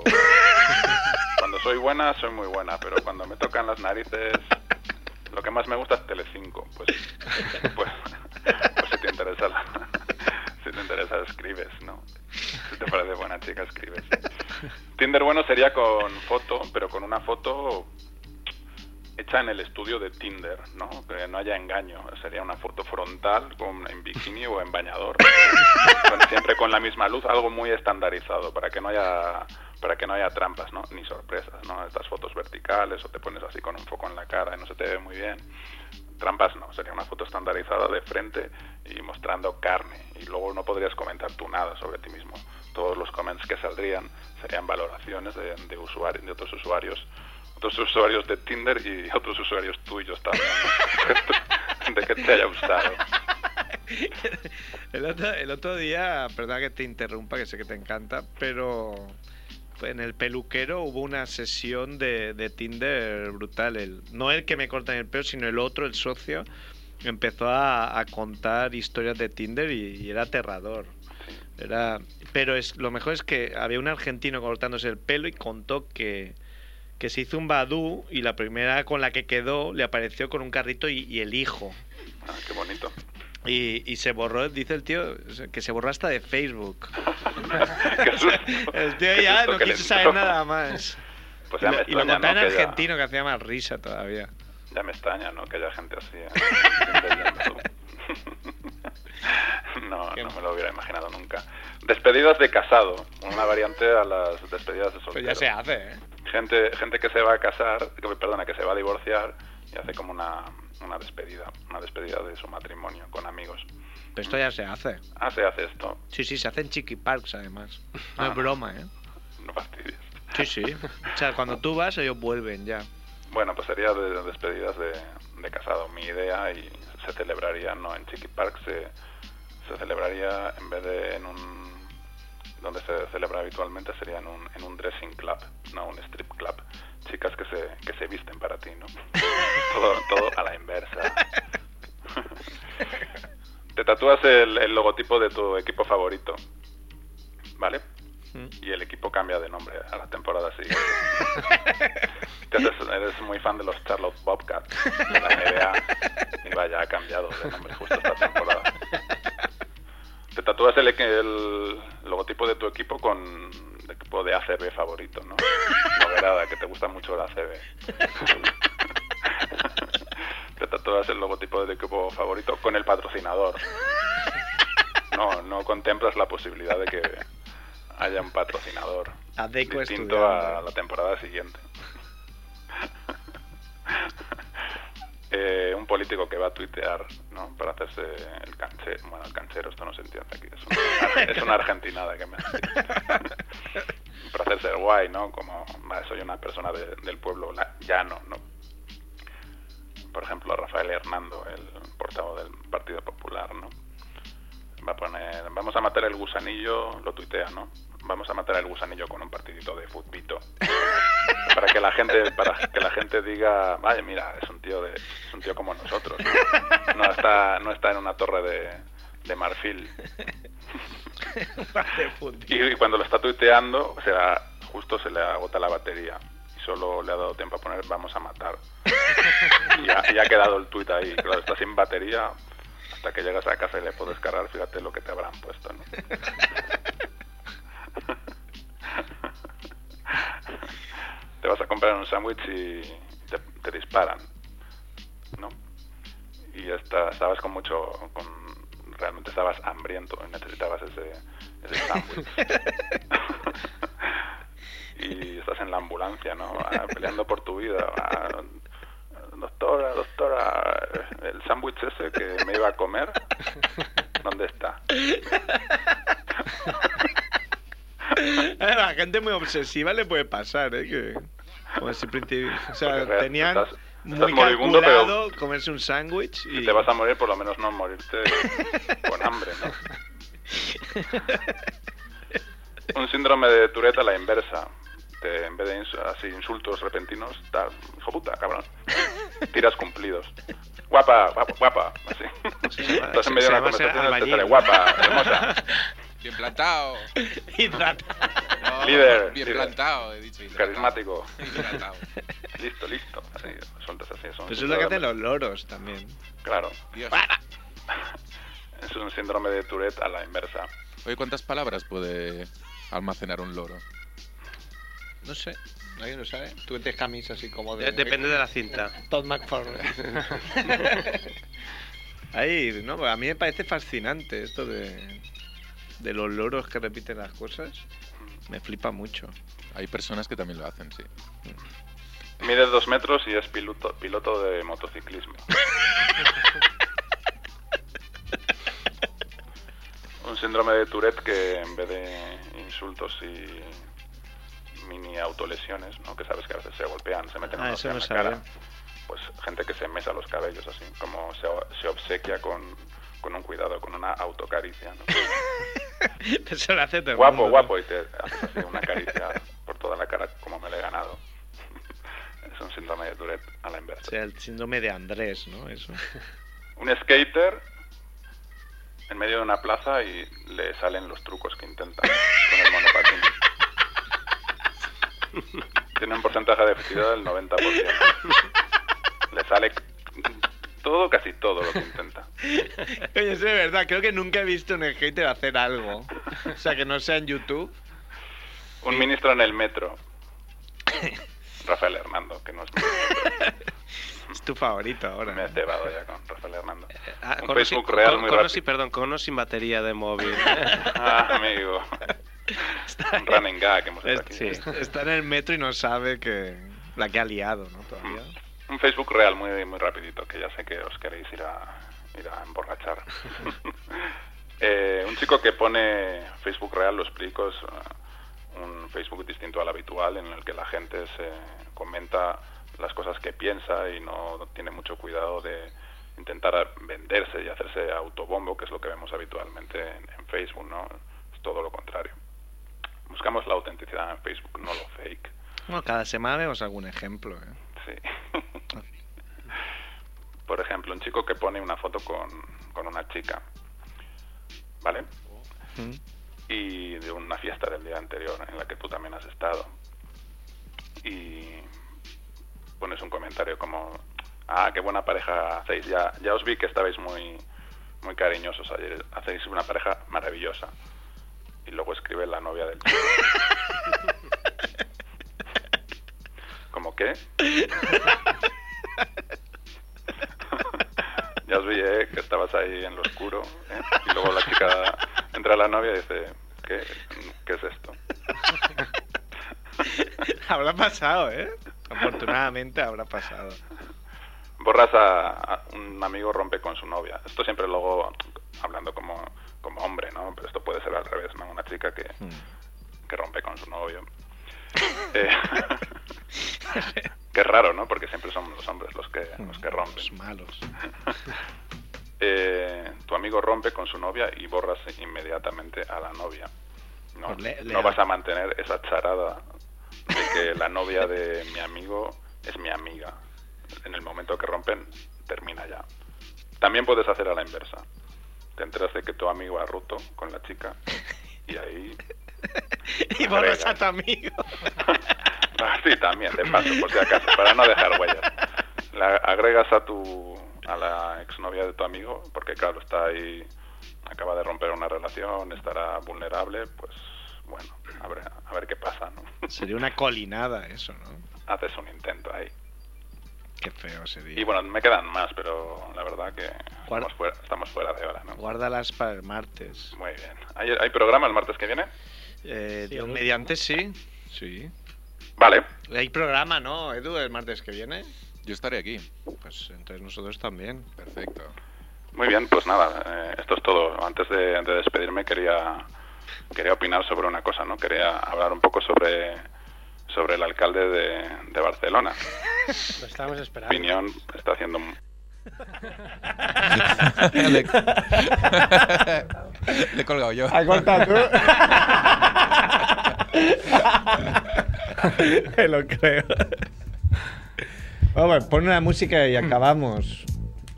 Cuando soy buena, soy muy buena, pero cuando me tocan las narices, lo que más me gusta es Telecinco. Pues, pues, pues si te interesa, la- si te interesa escribes, ¿no? Si te parece buena chica, escribes. Tinder bueno sería con foto, pero con una foto hecha en el estudio de Tinder, ¿no? Que no haya engaño. Sería una foto frontal con, en bikini o en bañador. Con- siempre con la misma luz, algo muy estandarizado para que no haya para que no haya trampas, ¿no? Ni sorpresas, ¿no? Estas fotos verticales o te pones así con un foco en la cara y no se te ve muy bien. Trampas no, sería una foto estandarizada de frente y mostrando carne y luego no podrías comentar tú nada sobre ti mismo. Todos los comments que saldrían serían valoraciones de, de usuarios, de otros usuarios otros usuarios de Tinder y <laughs> otros usuarios tuyos también. ¿no? <laughs> de que te haya gustado. El otro, el otro día, perdona que te interrumpa, que sé que te encanta, pero en el peluquero hubo una sesión de, de Tinder brutal. El, no el que me cortan el pelo, sino el otro, el socio, empezó a, a contar historias de Tinder y, y era aterrador. Era, pero es, lo mejor es que había un argentino cortándose el pelo y contó que, que se hizo un badú y la primera con la que quedó le apareció con un carrito y- y el hijo. Ah, qué bonito. <laughs> Y, y se borró, dice el tío, que se borró hasta de <laughs> Facebook. qué susto. El tío Qué ya susto no que le quiso entró. saber nada más. Pues Y ya lo, me y lo extraña, contaba ¿no? en Que ya- argentino, que hacía más risa todavía. Ya, me extraña, ¿no? Que haya gente así. <laughs> ¿eh? no, Qué- no me lo hubiera imaginado nunca. Despedidas de casado. Una variante a las despedidas de soltero. Pues ya se hace, ¿eh? gente gente que se va a casar, que, perdona, que se va a divorciar y hace como una, una despedida, una despedida de su matrimonio con amigos. Pero esto ya se hace. Ah, se hace esto. Sí, sí, se hace en Chiqui Parks, además. No Ah. es broma, ¿eh? No fastidies. Sí, sí. O sea, cuando tú vas, ellos vuelven ya. Bueno, pues sería de despedidas de, de casado mi idea y se celebraría, no en Chiqui Park, se, se celebraría en vez de en un... donde se celebra habitualmente sería en un, en un dressing club, no un strip club. <laughs> Chicas que se, que se visten para ti, ¿no? todo, todo a la inversa. <laughs> Te tatúas el, el logotipo de tu equipo favorito. ¿Vale? Y el equipo cambia de nombre a la temporada siguiente. Te haces- eres muy fan de los Charlotte Bobcats de la NBA. Y vaya, ha cambiado de nombre justo esta temporada. Te tatúas el, el logotipo de tu equipo con el equipo de ACB favorito, ¿no? Noguerada, que te gusta mucho la ACB. Te tatúas el logotipo de tu equipo favorito con el patrocinador. No, no contemplas la posibilidad de que haya un patrocinador Adeco distinto estudiando. a la temporada siguiente. <laughs> Eh, un político que va a tuitear ¿no? para hacerse el canchero. Bueno, el canchero, esto no se entiende aquí. Es una, es una argentinada que me <laughs> Para hacerse el guay, ¿no? Como, "Va, soy una persona de- del pueblo la- llano, ¿no? Por ejemplo, Rafael Hernando, el portavoz del Partido Popular, ¿no? Va a poner, vamos a matar el gusanillo, lo tuitea, ¿no? Vamos a matar el gusanillo con un partidito de futbito. para que la gente, para que la gente diga, vaya, mira, es un tío de, es un tío como nosotros. No, No está, no está en una torre de, de marfil. Y, y cuando lo está tuiteando, o sea, justo se le agota la batería. Y solo le ha dado tiempo a poner, vamos a matar. Y ha, y ha quedado el tuit ahí. Claro, está sin batería hasta que llegas a casa y le puedes cargar, fíjate lo que te habrán puesto, ¿no? te vas a comprar un sándwich y te, te disparan, ¿no? Y ya está, estabas con mucho, con- realmente estabas hambriento y necesitabas ese, ese sándwich. y estás en la ambulancia, ¿no? Ah, peleando por tu vida. Ah, doctora, doctora, el sándwich ese que me iba a comer, ¿dónde está? A <laughs> la gente muy obsesiva le puede pasar, ¿eh? Que, como si principi- o sea, Porque, tenían estás- muy estás moribundo, pero- calculado comerse un sándwich y... Si te vas a morir, por lo menos no morirte con hambre, <laughs> ¿no? un síndrome de Tourette a la inversa. Te- en vez de ins- así insultos repentinos, tal, hijo puta, cabrón. Tiras cumplidos. Guapa, guapa, guapa. Así. llama- Estás en se- medio de se una llama ser conversación y te albañil. sale guapa, hermosa. <laughs> Bien plantado. No, Líder, Bien líder. plantado, he dicho. hidratado. Carismático. Hidratado. Listo, listo. Así, sueltas así. Son Pero eso Pues es lo que hacen los loros también. Claro. Dios. Es un síndrome de Tourette a la inversa. Oye, ¿cuántas palabras puede almacenar un loro? No sé, nadie lo sabe. Tú te camisa así como de... De- Depende de la cinta. Todd McFarlane. Ahí, no, a mí me parece fascinante esto de, de los loros que repiten las cosas. Me flipa mucho. Hay personas que también lo hacen, sí. Mide dos metros y es piloto, piloto de motociclismo. Un síndrome de Tourette que en vez de insultos y mini autolesiones, ¿no? que sabes que a veces se golpean, se meten Ah, una eso hostia en no la sabía. cara, pues gente que se mesa los cabellos así, como se, se obsequia con, con un cuidado, con una autocaricia. ¿no? <laughs> Eso lo hace todo el guapo, mundo, ¿no? guapo, y te haces así una caricia por toda la cara como me la he ganado. <laughs> Es un síndrome de Tourette a la inversa. O sea, el síndrome de Andrés, ¿no? Eso. un skater en medio de una plaza y le salen los trucos que intentan con el monopatín. Tiene un porcentaje de efectividad del 90%. Le sale todo, casi todo lo que intenta. Oye, eso de verdad, creo que nunca he visto un hater hacer algo. O sea, que no sea en YouTube. Un ministro en el metro. Rafael Hernando, que no es Es tu favorito ahora. Me he cebado ya con Rafael Hernando. Ah, Un con o sin- Facebook real con- muy con o rápido. sin- perdón, con o sin batería <laughs> de móvil. Ah, amigo. Un running gag hemos hecho aquí. Sí. Está en el metro y no sabe que la que ha liado, ¿no? Todavía. Un Facebook real muy, muy rapidito, que ya sé que os queréis ir a, ir a emborrachar. Eh, un chico que pone Facebook real, lo explico, es eh, un Facebook distinto al habitual en el que la gente se comenta las cosas que piensa y no tiene mucho cuidado de intentar venderse y hacerse autobombo, que es lo que vemos habitualmente en, en Facebook, ¿no? Es todo lo contrario. Buscamos la autenticidad en Facebook, no lo fake. Bueno, cada semana vemos algún ejemplo. ¿eh? Sí. Por ejemplo, un chico chico que pone una foto con, con una chica. ¿Vale? ¿Mm? Y de una fiesta del día anterior en la que tú también has estado. Y pones un comentario como, ah, qué buena pareja hacéis. Ya, ya os vi que estabais muy, muy cariñosos ayer. Hacéis una pareja maravillosa. Y luego escribe la novia del chico. ¿Cómo qué? ya os vi, ¿eh? Que estabas ahí en lo oscuro. ¿eh? Y luego la chica entra a la novia y dice, ¿qué, ¿Qué es esto? <laughs> habrá pasado, ¿eh? Afortunadamente habrá pasado. Borras a, a, un amigo rompe con su novia. Esto siempre luego hablando como, como hombre, ¿no? Pero esto puede ser al revés, ¿no? Una chica que, Hmm, mm. que rompe con su novio. Eh, que es raro, ¿no? Porque siempre son los hombres los que, los que rompen. Los hmm. malos. eh, tu amigo rompe con su novia y borras inmediatamente a la novia. No, pues le, le no vas a mantener esa charada de que la novia de mi amigo es mi amiga. En el momento que rompen, termina ya. También puedes hacer a la inversa. Te enteras de que tu amigo ha roto con la chica y ahí y borras a tu amigo. sí, también, de paso, por si acaso, para no dejar huellas. La agregas a tu a la exnovia de tu amigo, porque claro, está ahí, acaba de romper una relación, estará vulnerable, pues bueno, a ver, a ver qué pasa, ¿no? <laughs> Sería una colinada eso, ¿no? Haces un intento ahí. Qué feo sería. Y bueno, me quedan más, pero la verdad que Guarda... estamos, fuera, estamos, fuera, de hora, ¿no? Guárdalas para el martes. Muy bien. ¿Hay, hay programa el martes que viene? Eh, sí, mediante sí. Sí. Vale. Hay programa, ¿no, Edu, el martes que viene? Yo estaré aquí. Pues entonces nosotros también. Perfecto. Muy bien, pues nada, eh, esto es todo. Antes de, de, despedirme quería, quería opinar sobre una cosa, ¿no? Quería hablar un poco sobre, sobre el alcalde de, de Barcelona. Lo estábamos esperando. Opinión está haciendo... Un... le... le he colgado yo. ¿Has cortado <laughs> tú? Me lo creo. Vamos, pon una música y acabamos.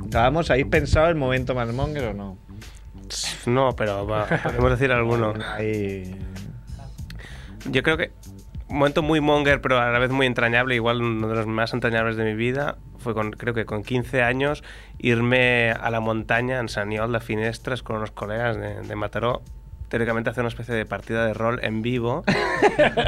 Acabamos. ¿Habéis pensado el momento más monger o no? No, pero va, podemos <laughs> decir alguno. Ahí. Yo creo que un momento muy monger, pero a la vez muy entrañable, igual uno de los más entrañables de mi vida, fue con, creo que con 15 años, irme a la montaña en Saniol de Finestras con unos colegas de, de Mataró teóricamente hacer una especie de partida de rol en vivo,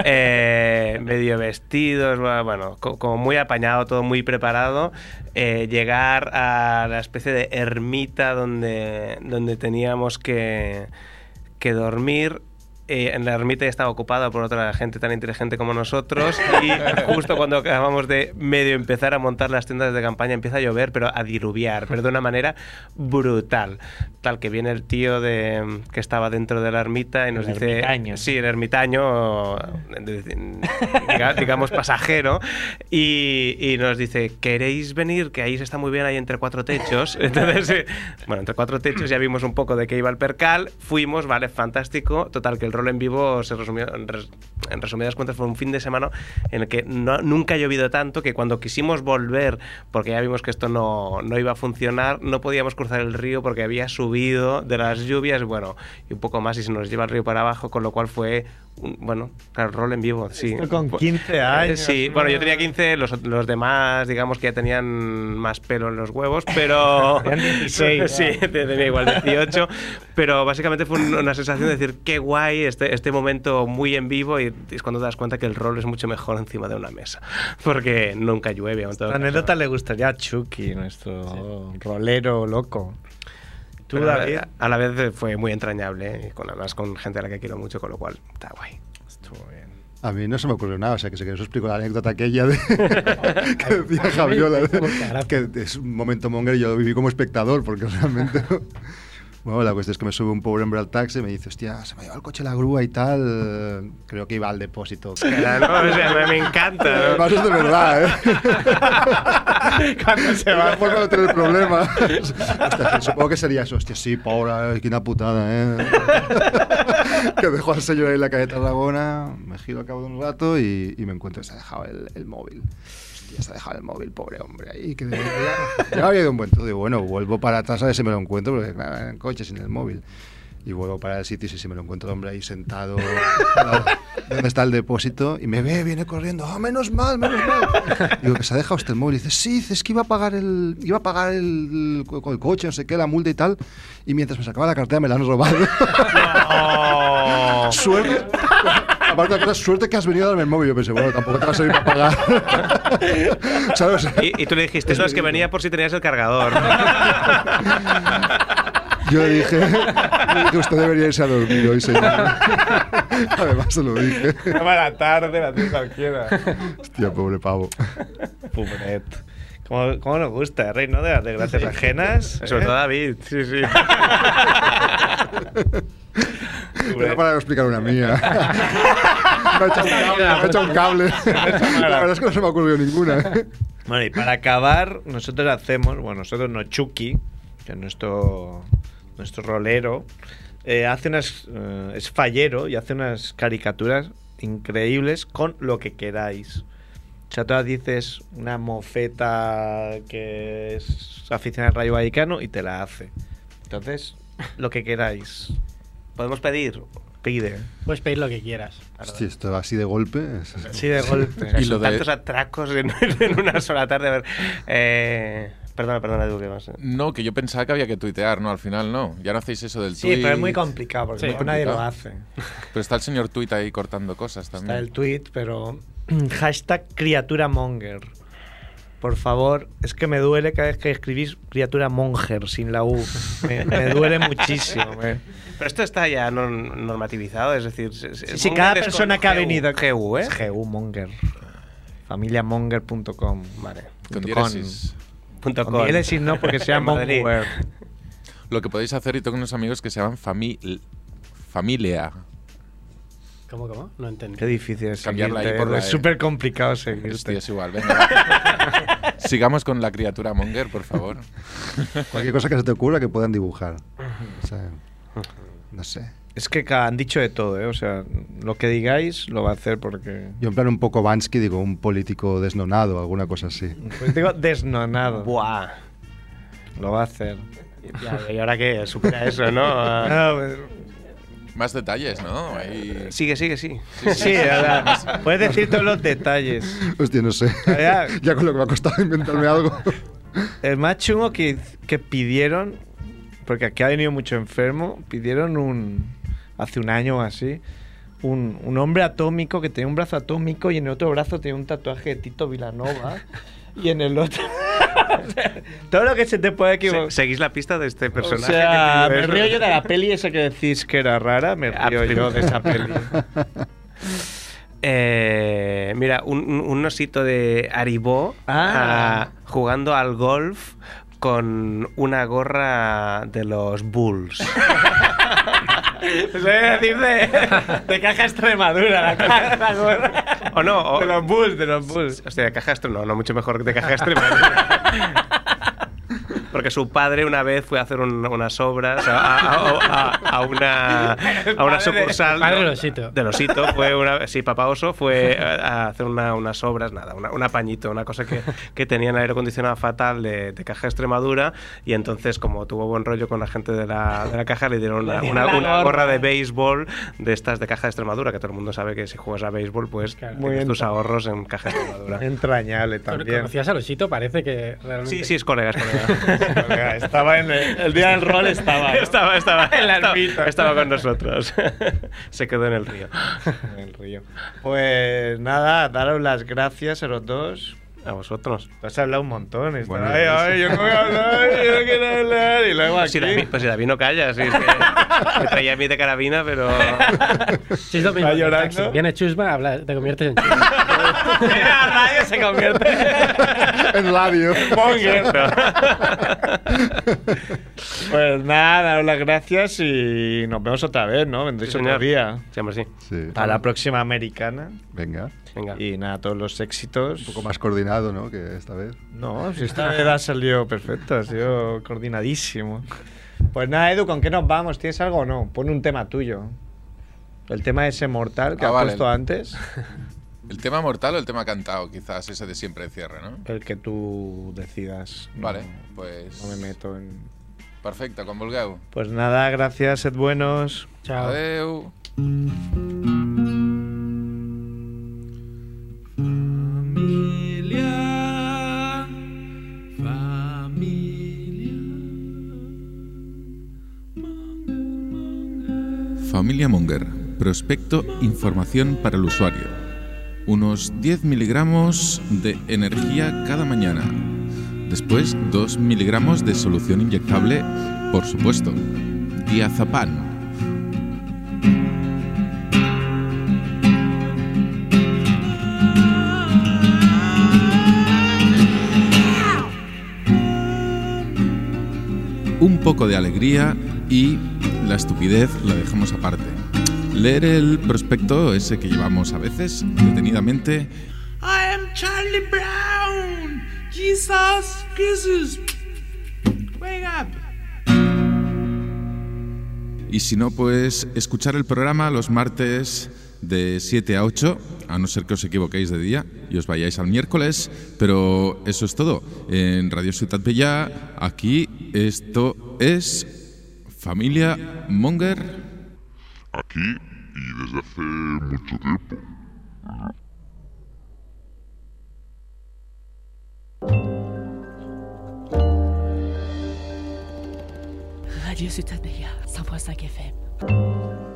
eh, medio vestidos, bueno, como muy apañado, todo muy preparado, eh, llegar a la especie de ermita donde, donde teníamos que, que dormir. Eh, en la ermita ya estaba ocupada por otra gente tan inteligente como nosotros y justo cuando acabamos de medio empezar a montar las tiendas de campaña empieza a llover, pero a diluviar, pero de una manera brutal. Tal que viene el tío de, que estaba dentro de la ermita y nos el dice... Ermitaño. Sí, el ermitaño, digamos pasajero, y, y, nos dice, ¿queréis venir? Que ahí se está muy bien, ahí entre cuatro techos. <laughs> Entonces, eh, bueno, entre cuatro techos ya vimos un poco de qué iba el percal, fuimos, vale, fantástico, total que el rol en vivo se resumió, en, resumidas cuentas fue un fin de semana en el que no, nunca ha llovido tanto que cuando quisimos volver, porque ya vimos que esto no, no, iba a funcionar, no podíamos cruzar el río porque había subido de las lluvias, bueno, y un poco más y se nos lleva el río para abajo, con lo cual fue, un, bueno, claro, rol en vivo, sí. Esto con 15 años. Eh, Sí, bueno, yo tenía 15, los, los, demás, digamos que ya tenían más pelo en los huevos, <laughs> pero... 16, sí, tenía igual 18, pero básicamente fue una sensación de decir, qué guay este, este momento muy en vivo y es cuando te das cuenta que el rol es mucho mejor encima de una mesa. <laughs> Porque nunca llueve. La anécdota le gustaría a Chucky, nuestro sí. rolero loco. Tú, a, David? La, a, la vez fue muy entrañable, ¿eh? con, además con gente a la que quiero mucho, con lo cual está <laughs> guay. Estuvo bien. A mí no se me ocurrió nada, o sea que si queréis os explico la anécdota aquella de, <laughs> que decía Javiola, que es un momento monger y yo lo viví como espectador, porque realmente... Bueno, la cuestión es que me sube un pobre hombre al taxi y me dice, hostia, se me ha llevado el coche la grúa y tal. Creo que iba al <laughs> depósito. Claro, no, o sea, me encanta. Además <laughs> ¿no? es de verdad, <laughs> ¿eh? <laughs> Cuando se va. Es forma de tener <laughs> problemas. Hostia, supongo que sería eso. Hostia, sí, pobre, qué una putada, <laughs> ¿eh? que dejó al señor ahí en la calle de Tarragona, me giro al cabo de un rato y, y me encuentro que se ha dejado el, el móvil ya se ha dejado el móvil, pobre hombre. Ahí, que ya, había ido un buen todo. Digo, bueno, vuelvo para atrás a ver si me lo encuentro, porque claro, en coche, sin el móvil. Y vuelvo para el sitio y si me lo encuentro el hombre ahí sentado donde está el depósito y me ve, viene corriendo, ah, menos mal, menos mal. Digo, que se ha dejado usted el móvil. Y dice, sí, dice, es que iba a pagar el, iba a pagar el, el, el, coche, no sé qué, la multa y tal. Y mientras me sacaba la cartera me la han robado. <laughs> Oh. No. Suerte. <laughs> Aparte, la suerte que has venido a darme el móvil. Yo pensé, bueno, tampoco te vas a ir a pagar. <laughs> ¿Sabes? Y, y, tú le dijiste, no, es que venía por si tenías el cargador. <laughs> ¿no? Yo dije, que usted debería irse a dormir hoy, <laughs> señor. Además, se lo dije. Una mala tarde, la tiene cualquiera. Hostia, pobre pavo. Pobret. ¿Cómo, ¿Cómo, nos gusta, ¿eh, Rey, no? De las desgracias sí. ajenas. Sobre ¿eh? todo David. Sí, <laughs> sí. Era para explicar una mía. me ha echado un cable. Me ha echado un cable. La verdad es que no se me ha ocurrido ninguna. ¿eh? Bueno, y para acabar, nosotros hacemos, bueno, nosotros no Chucky, que nuestro, nuestro rolero, eh, hace unas, eh, es fallero y hace unas caricaturas increíbles con lo que queráis. O sea, todas dices una mofeta que es aficionada al Rayo Vallecano y te la hace. Entonces, lo que queráis. ¿Podemos pedir? Pide. Puedes pedir lo que quieras. Hostia, esto así de golpe. Así de golpe. y lo de... tantos atracos en, en, una sola tarde. A ver. Eh... Perdona, perdona, eh. Edu, que no sé. No, que yo pensaba que había que tuitear, ¿no? Al final no. Ya no hacéis eso del sí, tweet. Sí, pero es muy complicado porque sí, no, complicado. nadie lo hace. Pero está el señor tweet ahí cortando cosas también. Está el tweet, pero. <clears throat> Hashtag criatura monger. Por favor, es que me duele cada vez que escribís criatura monger sin la U. Me, me duele muchísimo. <laughs> Me... Pero esto está ya normativizado, es decir. Es, sí, si cada persona que ha venido. GU, ¿eh? GU monger. Familiamonger.com. Vale. Con con diéresis, no, <laughs> porque se llama Lo que podéis hacer y tengo unos amigos que se llaman fami familia. ¿Cómo, cómo? No entendí. Qué difícil es cambiarla ahí por la E. Es súper complicado seguirte. Hostia, Pues, es igual, venga. <laughs> Sigamos con la criatura Monger, por favor. Cualquier cosa que se te ocurra que puedan dibujar. O sea, no sé. Es que han dicho de todo, ¿eh? O sea, lo que digáis lo va a hacer porque... Yo en plan un poco Bansky, digo, un político desnonado, alguna cosa así. Un político pues desnonado. Buah. Lo va a hacer. Ah, Ya, y ahora que supera eso, <laughs> ¿no? no pues... Más detalles, ¿no? Ahí... Sigue, sigue, sí. Sí, sí, pues, sí, sí ahora, puedes decir todos los detalles. Hostia, no sé. Ya, <laughs> ya con lo que me ha costado inventarme algo. El más chungo que, que pidieron, porque aquí ha venido mucho enfermo, pidieron un, hace un año o así, un, un, hombre atómico que tenía un brazo atómico y en el otro brazo tenía un tatuaje de Tito Vilanova. y en el otro. <laughs> o sea, todo lo que se te puede equivocar. Se, seguís la pista de este personaje. O sea, que Ah, me río yo de la peli esa que decís que era rara, me río a yo de esa <laughs> peli. eh, mira, un, un, osito de Aribó ah. a, jugando al golf con una gorra de los Bulls. Eso sea, decir de, de, caja Extremadura, la, caja, la gorra. O no, o, de los Bulls, de los Bulls. O sea, de caja Extremadura, no, no mucho mejor que de caja <laughs> Extremadura. Porque su padre una vez fue a hacer un, unas obras a, a, a, a una, una sucursal padre de, Losito. de Losito. Fue una, sí, papá oso fue a hacer una, unas obras, nada, una, una, pañito, una cosa que, que tenían aire acondicionado fatal de, de, Caja Extremadura. Y entonces, como tuvo buen rollo con la gente de la, de la caja, le dieron una, una gorra de béisbol de estas de Caja Extremadura, que todo el mundo sabe que si juegas a béisbol, pues claro, tienes tus ahorros en Caja Extremadura. Entrañable también. ¿Conocías a Losito? Parece que realmente. Sí, sí, es colega, es <laughs> colega. estaba en el, el, día del rol estaba ¿no? estaba estaba en la estaba, estaba con nosotros <laughs> se quedó en el río en el río pues nada daros las gracias a los dos a vosotros. Tú has hablado un montón. Bueno, ay, ay, yo no voy a hablar, yo no quiero hablar. Y luego aquí. Si David, pues si David no calla, sí, es <laughs> que me traía a mí de carabina, pero. Si es lo mismo, llorando. Viene Chusma, habla, te conviertes <laughs> en Chusma. <laughs> la radio se <laughs> convierte en labio. pues nada, las gracias y nos vemos otra vez, ¿no? Vendréis sí, otro día. Siempre sí. sí. Para la próxima americana. Venga. Venga. Y nada, todos los éxitos. Un poco más coordinado, ¿no? Que esta vez. No, <laughs> si esta vez ha salido perfecto, ha sido coordinadísimo. Pues nada, Edu, ¿con qué nos vamos? ¿Tienes algo o no? Pon un tema tuyo. El tema ese mortal que ah, has vale. puesto antes. ¿El tema mortal o el tema cantado? Quizás ese de siempre de cierre, ¿no? El que tú decidas. No, Vale, pues. No me meto en. Perfecto, con Volgueu. Pues nada, gracias, sed buenos. Chao. Adeu. Familia, familia, Familia Monger. Prospecto información para el usuario. Unos 10 miligramos de energía cada mañana. Después 2 miligramos de solución inyectable, por supuesto. Diazapán. Un poco de alegría y la estupidez la dejamos aparte. Leer el prospecto, ese que llevamos a veces, detenidamente, I am Charlie Brown. Jesus kisses. Wake up. y si no, pues escuchar el programa los martes de 7 a 8, a no ser que os equivoquéis de día y os vayáis al miércoles, pero eso es todo. En Radio Ciudad Bella, aquí esto es Familia Monger. Aquí y desde hace mucho tiempo. Radio Ciutat Bella, 100.5 FM.